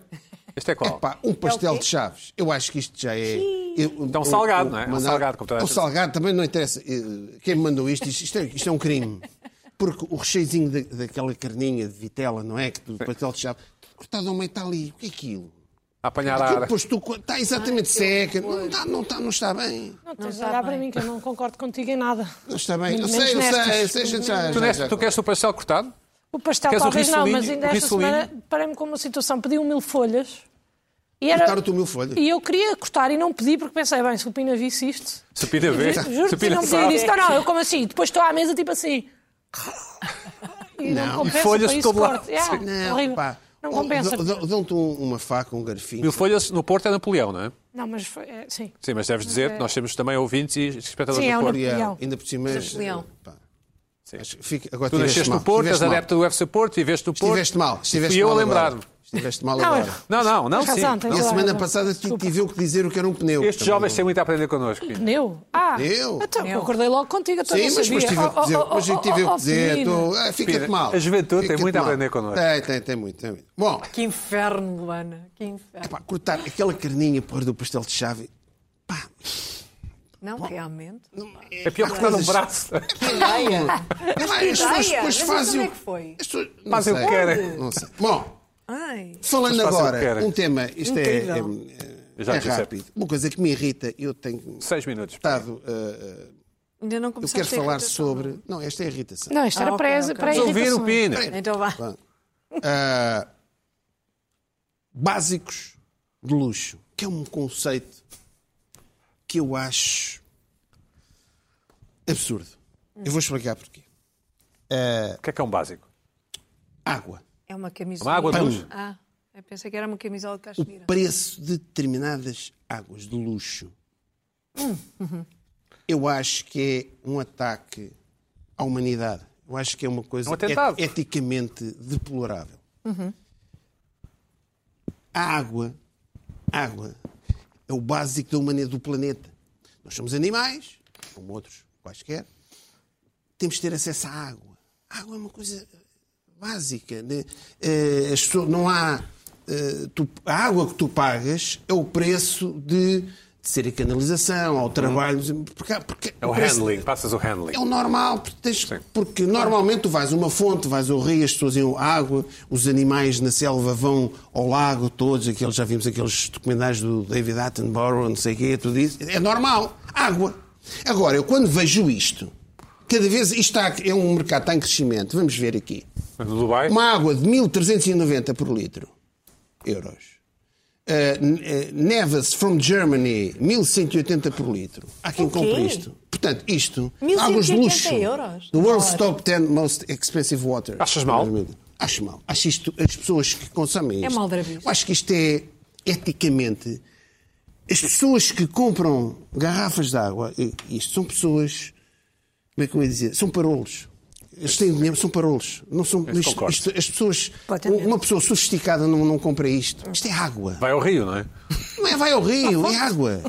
Speaker 1: Este é qual?
Speaker 2: epá, um pastel
Speaker 5: quê?
Speaker 2: de chaves. Eu acho que isto já é. Eu,
Speaker 1: Então, salgado, não é? É um
Speaker 2: mandaram-
Speaker 1: salgado, como toda a
Speaker 2: É um
Speaker 1: gente-
Speaker 2: salgado, também não interessa. Eh, Quem me mandou isto, isto, isto é, isto é um crime. Porque o recheiozinho da- daquela carninha de vitela, não é? Que do pastel de chaves. Cortado ao meio está ali. O que é aquilo?
Speaker 1: A apanhar a
Speaker 2: Aquilo
Speaker 1: ara.
Speaker 2: depois tu co- está exatamente seca. Não está, não, está, não está bem.
Speaker 3: Não tens de olhar para mim que eu não concordo contigo em nada.
Speaker 2: Não está bem. Eu
Speaker 3: Menos
Speaker 2: sei, eu
Speaker 3: nestas.
Speaker 2: sei. eu sei, gente, já-
Speaker 1: Tu,
Speaker 2: já-
Speaker 1: neste-
Speaker 2: já-
Speaker 1: tu queres o pastel cortado?
Speaker 3: O pastel
Speaker 1: Queres o
Speaker 3: talvez não,
Speaker 1: risolinho?
Speaker 3: mas
Speaker 1: O
Speaker 3: ainda esta
Speaker 1: risolinho?
Speaker 3: semana parei-me com uma situação. Pedi um mil folhas e, era-
Speaker 2: Cortaram-te o mil folhas.
Speaker 3: e eu queria cortar e não pedi porque pensei, bem, se o Pina visse isto...
Speaker 1: Se pida ver,
Speaker 3: Juro
Speaker 1: se
Speaker 3: que
Speaker 1: pida
Speaker 3: não pedi.
Speaker 1: sabe.
Speaker 3: Disse, não, não, eu como assim? Depois estou à mesa tipo assim. E não, compensa
Speaker 1: E folhas
Speaker 3: para
Speaker 1: de
Speaker 3: isso
Speaker 1: todo lado.
Speaker 3: corte. Yeah,
Speaker 2: Não,
Speaker 3: horrível.
Speaker 2: pá.
Speaker 3: Não
Speaker 2: Oh,
Speaker 3: compensa.
Speaker 2: dão- dão- Dão-te um- uma faca, um garfinho.
Speaker 1: Mil folhas no Porto é Napoleão, não é?
Speaker 3: Não, mas foi, é, sim.
Speaker 1: Sim, mas deves dizer que nós temos também ouvintes e espectadores
Speaker 3: Sim, é
Speaker 1: do
Speaker 3: um
Speaker 1: Porto.
Speaker 2: Leão,
Speaker 3: Leão.
Speaker 2: Ainda por cima. eh,
Speaker 5: Leão.
Speaker 2: pá. Acho que fica- Agora
Speaker 1: Tu
Speaker 2: tiveste
Speaker 1: nasceste
Speaker 2: mal,
Speaker 1: no Porto, és
Speaker 2: tiveste mal.
Speaker 1: adepto do UFC Porto, viveste no Porto.
Speaker 2: Estiveste mal. Estiveste
Speaker 1: fui eu
Speaker 2: mal
Speaker 1: a
Speaker 2: agora.
Speaker 1: lembrar-me.
Speaker 2: Estiveste mal
Speaker 3: Não,
Speaker 2: agora.
Speaker 1: Não, não, não,
Speaker 3: Tens
Speaker 1: sim.
Speaker 3: razão, tens
Speaker 2: E a
Speaker 3: razou,
Speaker 2: semana
Speaker 3: razão.
Speaker 2: passada ti-
Speaker 3: Desculpa.
Speaker 2: tive eu que dizer o que era um pneu.
Speaker 1: Estes
Speaker 2: Também
Speaker 1: jovens
Speaker 2: não-
Speaker 1: têm muito a aprender connosco.
Speaker 3: Pneu? Ah,
Speaker 2: Pneu.
Speaker 3: então
Speaker 5: Pneu.
Speaker 3: eu acordei logo contigo. Então
Speaker 2: Sim,
Speaker 3: não
Speaker 2: mas depois
Speaker 3: sabia.
Speaker 2: tive eu que
Speaker 3: Oh,
Speaker 2: dizer.
Speaker 3: oh, oh,
Speaker 2: Mas eu tive eu
Speaker 3: oh,
Speaker 2: que dizer.
Speaker 3: Pina.
Speaker 2: tu- ah, Fica-te
Speaker 1: Pina,
Speaker 2: mal.
Speaker 1: a juventude tem
Speaker 2: Fica-te
Speaker 1: muito a
Speaker 2: mal.
Speaker 1: aprender connosco.
Speaker 2: Tem, tem, tem muito. tem muito. Bom,
Speaker 5: Que inferno, Luana. Que inferno.
Speaker 2: pá, cortar aquela carninha por do pastel de chave. Pá,
Speaker 5: Não, realmente.
Speaker 1: É pior que cortar um
Speaker 2: é
Speaker 1: braço.
Speaker 2: Não, as pessoas
Speaker 5: Ideia,
Speaker 2: depois
Speaker 5: mas
Speaker 2: fazem.
Speaker 5: como é que foi?
Speaker 2: As pessoas- não
Speaker 1: Fazem o
Speaker 2: sei,
Speaker 1: que querem.
Speaker 2: Não sei. Bom,
Speaker 5: Ai.
Speaker 2: falando
Speaker 1: fazem o que
Speaker 2: agora,
Speaker 1: querem.
Speaker 2: um tema. Isto é, é,
Speaker 5: Incrível.
Speaker 2: é-
Speaker 1: Já
Speaker 2: é
Speaker 1: disse, é.
Speaker 2: rápido. Tá. Uma coisa que me irrita, eu tenho
Speaker 1: Seis minutos.
Speaker 2: estado. ah, ah,
Speaker 5: Ainda não
Speaker 2: eu
Speaker 5: começaste
Speaker 2: quero
Speaker 5: a ter
Speaker 2: falar
Speaker 5: é irritação,
Speaker 2: sobre. Não, esta é a irritação.
Speaker 3: Não, isto era
Speaker 5: Ah, ok,
Speaker 3: para,
Speaker 5: ok.
Speaker 3: para
Speaker 1: Vamos ouvir o
Speaker 3: irritações.
Speaker 1: Pina.
Speaker 5: não? Então vá.
Speaker 2: Ah, básicos de luxo, que é um conceito que eu acho absurdo. Eu vou explicar porquê.
Speaker 1: O que é que é um básico?
Speaker 2: Água.
Speaker 5: É uma camisola.
Speaker 1: Uma água de luz?
Speaker 5: Ah, eu pensei que era uma camisola de
Speaker 2: o
Speaker 5: caxemira.
Speaker 2: preço de determinadas águas de luxo. Eu acho que é um ataque à humanidade. Eu acho que é uma coisa
Speaker 1: Um atentado. Uhum.
Speaker 2: et- eticamente deplorável. A água, a água é o básico da humanidade do planeta. Nós somos animais, como outros quaisquer. Temos de ter acesso à água. A água é uma coisa básica. né? Eh, as pessoas- não há. eh, tu- a água que tu pagas é o preço de, de ser a canalização, ao trabalho. Porque, há- porque
Speaker 1: É o
Speaker 2: preço-
Speaker 1: handling. Passas o handling.
Speaker 2: é o normal, porque, tens-
Speaker 1: Sim.
Speaker 2: porque normalmente tu vais a uma fonte, vais ao rio, as pessoas iam à água, os animais na selva vão ao lago, todos, aqueles, já vimos aqueles documentários do David Attenborough, não sei o quê, tudo isso. É normal, água. Agora, eu quando vejo isto, cada vez isto está, é um mercado, está em crescimento, vamos ver aqui.
Speaker 1: No Dubai?
Speaker 2: Uma água de 1390 por litro, euros. Uh, n- uh, Neves from Germany, 1180 por litro. Há quem
Speaker 5: O quê?
Speaker 2: compre isto. Portanto, isto,
Speaker 5: 1180
Speaker 2: águas de luxo.
Speaker 5: euros?
Speaker 2: The world's
Speaker 5: Claro.
Speaker 2: top 10 most expensive water.
Speaker 1: Achas mal?
Speaker 2: Acho mal. Acho isto, as pessoas que consomem isto.
Speaker 5: É maldrabice.
Speaker 2: Eu Acho que isto é, eticamente, as pessoas que compram garrafas de água, e- isto são pessoas, como é que eu ia dizer? São parolos. Eles têm dinheiro, são parolos. Não são,
Speaker 1: Eu
Speaker 2: isto-
Speaker 1: concordo.
Speaker 2: isto- as pessoas, um,
Speaker 5: Completamente.
Speaker 2: uma pessoa sofisticada não, não compra isto. Isto é água.
Speaker 1: Vai ao Rio, não é?
Speaker 2: Não é vai ao rio, é água.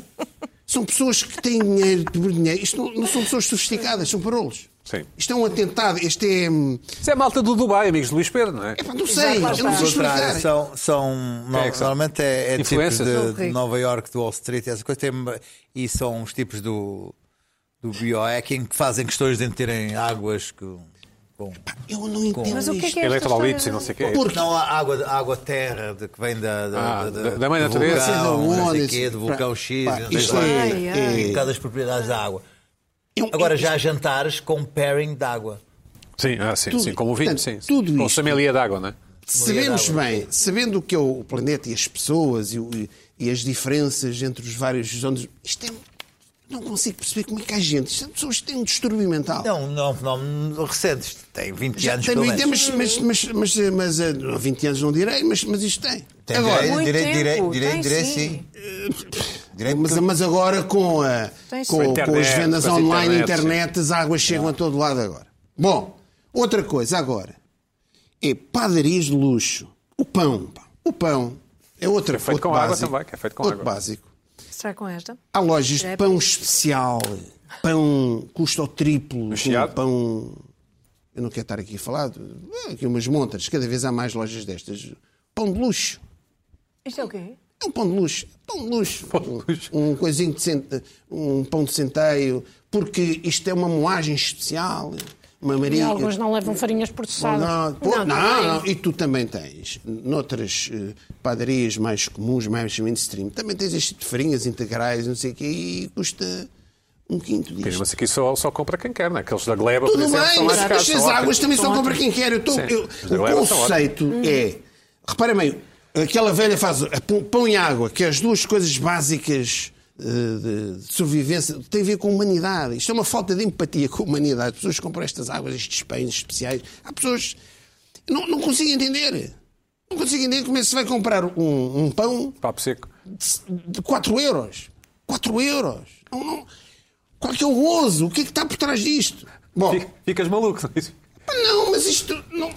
Speaker 2: São pessoas que têm dinheiro, de dinheiro. Isto não, não são pessoas sofisticadas, são parolos.
Speaker 1: Sim.
Speaker 2: Isto é um atentado, este é. hum,
Speaker 1: Isso é malta do Dubai, amigos de Luís Pedro, não é?
Speaker 2: Epá, não sei,
Speaker 5: lá
Speaker 2: eu não sei
Speaker 5: está.
Speaker 2: explicar.
Speaker 4: São, são
Speaker 1: é que são?
Speaker 4: normalmente é, é de tipos
Speaker 1: Influencers?
Speaker 5: São
Speaker 4: de, de
Speaker 5: ricos.
Speaker 4: Nova York, do Wall Street, essa coisa tem, e são os tipos do do biohacking que fazem questões de terem águas que. com-
Speaker 2: Eu não entendo
Speaker 5: Mas o
Speaker 2: isto.
Speaker 5: que é que é esta
Speaker 1: Eletrolitos e
Speaker 5: história
Speaker 1: não
Speaker 5: de-
Speaker 1: sei o quê.
Speaker 4: Porque não há água, de- água terra de, que vem da, da,
Speaker 1: Ah,
Speaker 4: da,
Speaker 1: da- da mãe
Speaker 4: do
Speaker 1: natureza.
Speaker 5: é
Speaker 2: Sei
Speaker 4: vulcão,
Speaker 2: de
Speaker 4: não sei
Speaker 2: onde,
Speaker 4: quê, do vulcão
Speaker 2: pá,
Speaker 4: X,
Speaker 2: pá,
Speaker 4: não sei
Speaker 2: isto
Speaker 4: lá.
Speaker 2: é-
Speaker 4: E
Speaker 2: é-
Speaker 4: por causa das propriedades da água.
Speaker 2: Eu-
Speaker 4: Agora
Speaker 2: eu-
Speaker 4: já há jantares com pairing de água.
Speaker 1: Sim, ah, sim,
Speaker 2: Tudo-
Speaker 1: sim, como o vinho,
Speaker 2: portanto,
Speaker 1: sim.
Speaker 2: tudo
Speaker 1: Com
Speaker 2: isto-
Speaker 1: sommelier de água, não é?
Speaker 2: Sabemos
Speaker 4: Mulher
Speaker 2: bem, sabendo o que é o planeta e as pessoas e, o- e- e as diferenças entre os vários zonas, isto é. Não consigo perceber como é que há gente. Isto são pessoas que têm um distúrbio mental.
Speaker 4: Não, não é um fenómeno recente. isto Tem 20
Speaker 2: Já
Speaker 4: anos
Speaker 2: tem
Speaker 4: pelo
Speaker 2: uma
Speaker 4: menos.
Speaker 2: ideia, mas, mas, mas, mas, mas, eh, 20 anos não direi, mas, mas isto tem.
Speaker 7: Tem
Speaker 2: agora,
Speaker 7: direito,
Speaker 5: Muito
Speaker 7: direito, direito,
Speaker 5: tempo,
Speaker 7: direito,
Speaker 5: tem
Speaker 7: direito,
Speaker 5: sim.
Speaker 7: sim. Direito,
Speaker 2: É, mas, mas agora com, a,
Speaker 5: Tem
Speaker 2: com,
Speaker 5: sim.
Speaker 2: com
Speaker 1: Internet,
Speaker 2: as vendas
Speaker 1: com as
Speaker 2: online,
Speaker 1: internet, É.
Speaker 2: internet, as águas chegam a todo lado agora. Bom, outra coisa agora é padarias de luxo. O pão, pá. o pão é outra
Speaker 1: É feito
Speaker 2: outro
Speaker 1: com água
Speaker 2: básico.
Speaker 1: também, que é feito com
Speaker 2: outro
Speaker 1: água.
Speaker 2: básico.
Speaker 5: Será com esta?
Speaker 2: Há lojas de pão especial, pão custa o triplo, com
Speaker 1: Chiado?
Speaker 2: pão. Eu não quero estar aqui a falar, de- ah, aqui umas montas, cada vez há mais lojas destas. Pão de luxo.
Speaker 5: Isto é o quê?
Speaker 2: É um pão de luxo. Pão de luxo. Um, um coisinho de cente- um pão de centeio, porque isto é uma moagem especial, uma
Speaker 3: E
Speaker 2: marinha.
Speaker 3: alguns não levam farinhas processadas.
Speaker 2: Não, pô, não,
Speaker 5: Não, também.
Speaker 2: não. E tu também tens, noutras eh, padarias mais comuns, mais mainstream, também tens este tipo de farinhas integrais, não sei o quê, e custa um quinto
Speaker 1: Sim,
Speaker 2: disto.
Speaker 1: Mas aqui assim só, só compra quem quer, não é? Aqueles da Gleba, por
Speaker 2: Tudo
Speaker 1: exemplo, são
Speaker 2: bem,
Speaker 1: mais caros.
Speaker 2: mas as
Speaker 1: são
Speaker 2: águas
Speaker 1: ótimos.
Speaker 2: também são compra quem quer. Eu tô-
Speaker 1: Sim.
Speaker 2: eu-
Speaker 1: Mas agora
Speaker 2: o
Speaker 1: elas são
Speaker 2: conceito é, repara bem, aquela velha faz a pão- pão e água, que é as duas coisas básicas eh, de de sobrevivência, tem a ver com a humanidade. Isto é uma falta de empatia com a humanidade. As pessoas compram estas águas, estes pães especiais. Há pessoas. Não, não consigo entender. Não consigo entender como é que se vai comprar um- um pão
Speaker 1: Papo seco.
Speaker 2: de 4 euros. 4 euros. Não, não. Qual que é o gozo? O que é que está por trás disto? Bom,
Speaker 1: Fic- Ficas maluco, não é isso?
Speaker 2: pá, não, mas isto. Não...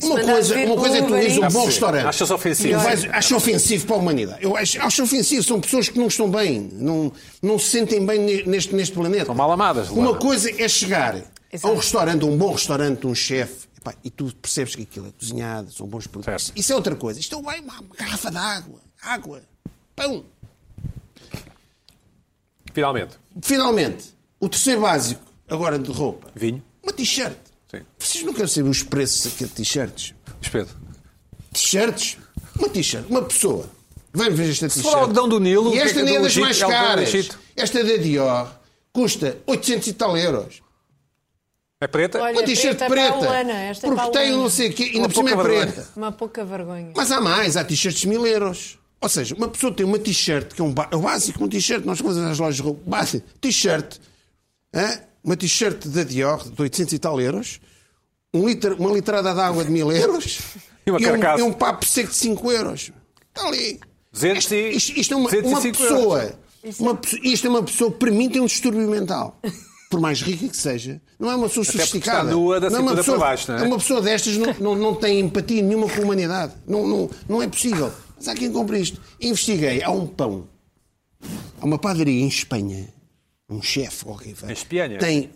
Speaker 2: Uma,
Speaker 5: mandar
Speaker 2: coisa,
Speaker 5: ver
Speaker 2: uma coisa é tu
Speaker 5: Uber
Speaker 2: ires a um
Speaker 5: Eats.
Speaker 2: bom restaurante.
Speaker 1: Achas ofensivo?
Speaker 2: Tu vais- acho ofensivo para a humanidade. Eu acho, acho ofensivo. São pessoas que não estão bem. Não, não se sentem bem ne- neste, neste planeta. São
Speaker 1: mal amadas,
Speaker 2: Uma
Speaker 1: Luana.
Speaker 2: coisa é chegar a
Speaker 5: Exato.
Speaker 2: um restaurante, um bom restaurante, um chefe. epá, E tu percebes que aquilo é cozinhado, são bons produtos.
Speaker 1: Certo.
Speaker 2: Isso é outra coisa. Isto é uma uma garrafa de água, água, pão.
Speaker 1: Finalmente.
Speaker 2: Finalmente, o terceiro básico, agora de roupa.
Speaker 1: Vinho.
Speaker 2: Uma t-shirt.
Speaker 1: Sim.
Speaker 2: Vocês não querem saber os preços aqui de t-shirts?
Speaker 1: Espeto.
Speaker 2: T-shirts? Uma t-shirt. Uma pessoa. Vem ver esta t-shirt.
Speaker 1: for algodão do Nilo, o
Speaker 2: E
Speaker 1: que é
Speaker 2: esta
Speaker 1: que
Speaker 2: nem
Speaker 1: é
Speaker 2: é
Speaker 1: do
Speaker 2: das
Speaker 1: Egito?
Speaker 2: mais
Speaker 1: É algodão do
Speaker 2: caras.
Speaker 1: Egito.
Speaker 2: Esta da Dior custa 800 e tal euros.
Speaker 1: É preta?
Speaker 5: Olha,
Speaker 2: Uma t-shirt
Speaker 5: preta
Speaker 2: preta.
Speaker 5: paulana, esta é
Speaker 2: porque tem
Speaker 5: paulana.
Speaker 2: o não sei o quê. Ainda
Speaker 1: Uma
Speaker 2: por cima é
Speaker 1: pouca vergonha.
Speaker 2: preta.
Speaker 5: Uma pouca vergonha.
Speaker 2: Mas há mais, há t-shirts de mil euros. Ou seja, uma pessoa tem uma t-shirt, que é um ba- é o básico, um t-shirt, nós fazemos nas lojas de roupa, básico, t-shirt, hã? uma t-shirt da Dior de 800 e tal euros, um litro- uma litrada de água de mil euros
Speaker 1: E uma
Speaker 2: um-
Speaker 1: carcaça.
Speaker 2: e um papo seco de 5 euros. Está ali.
Speaker 1: 200
Speaker 2: Isto,
Speaker 1: e-
Speaker 2: isto- isto é uma,
Speaker 1: 205
Speaker 2: uma
Speaker 1: euros.
Speaker 2: pessoa, é? uma pessoa- isto é uma pessoa que, para mim, tem um distúrbio mental. Por mais rica que seja, não é uma pessoa
Speaker 1: porque
Speaker 2: sofisticada.
Speaker 1: está nua da
Speaker 2: não é uma
Speaker 1: cintura
Speaker 2: pessoa,
Speaker 1: para baixo, não é?
Speaker 2: uma pessoa destas não, não, não tem empatia nenhuma com a humanidade. Não, não, não é possível. Mas há quem compre isto. Investiguei. Há um pão. Há uma padaria em Espanha. Um chefe, qualquer
Speaker 1: Em Espanha?
Speaker 2: Tem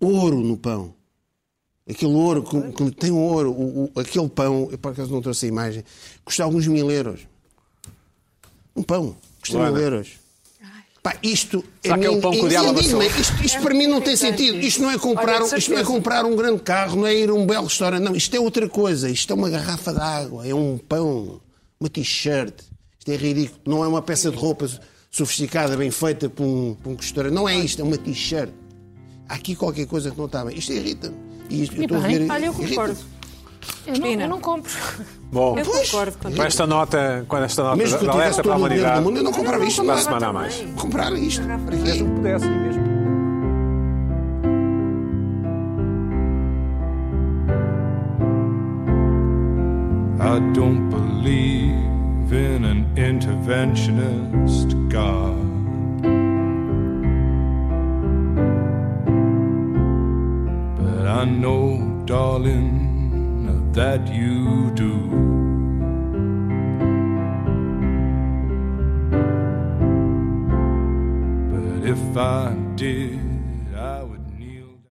Speaker 2: ouro no pão. Aquele ouro, que, que tem ouro. O, o- aquele pão, eu por acaso não trouxe a imagem, custa alguns mil euros. Um pão. Custa
Speaker 1: Luana.
Speaker 2: mil euros. Pá, isto
Speaker 1: Será que é o pão que o diabo
Speaker 2: indigna.
Speaker 1: amassou?
Speaker 2: Isto, isto para mim não tem sentido. Isto não é comprar,
Speaker 5: Olha, de
Speaker 2: isto não é
Speaker 5: certeza.
Speaker 2: comprar um grande carro, não é ir a um belo restaurante. Não, isto é outra coisa. Isto é uma garrafa de água, é um pão, uma t-shirt. Isto é ridículo. Não é uma peça de roupa sofisticada, bem feita por um, por um costura. Não é isto, é uma t-shirt. Há aqui qualquer coisa que não está bem. Isto irrita-me. E isto- eu
Speaker 3: E
Speaker 2: estou a
Speaker 3: bem,
Speaker 2: ver-
Speaker 5: Olha, eu concordo.
Speaker 2: irrita-me.
Speaker 3: Eu não,
Speaker 5: Pina.
Speaker 3: eu não compro.
Speaker 1: Bom,
Speaker 5: Eu
Speaker 2: Pois.
Speaker 5: concordo com
Speaker 1: com esta nota, com esta nota
Speaker 2: Mesmo que eu
Speaker 1: da
Speaker 2: tivesse
Speaker 1: alerta para
Speaker 2: todo
Speaker 1: a
Speaker 2: o dinheiro do
Speaker 1: humanidade,
Speaker 2: mundo, eu não comprava isto.
Speaker 1: para a
Speaker 2: não.
Speaker 1: semana a mais.
Speaker 2: Comprar isto. Para quê?
Speaker 1: Mesmo que pudesse, e mesmo.
Speaker 8: I don't believe in an interventionist God. But I know, darling, that you do. But if I did,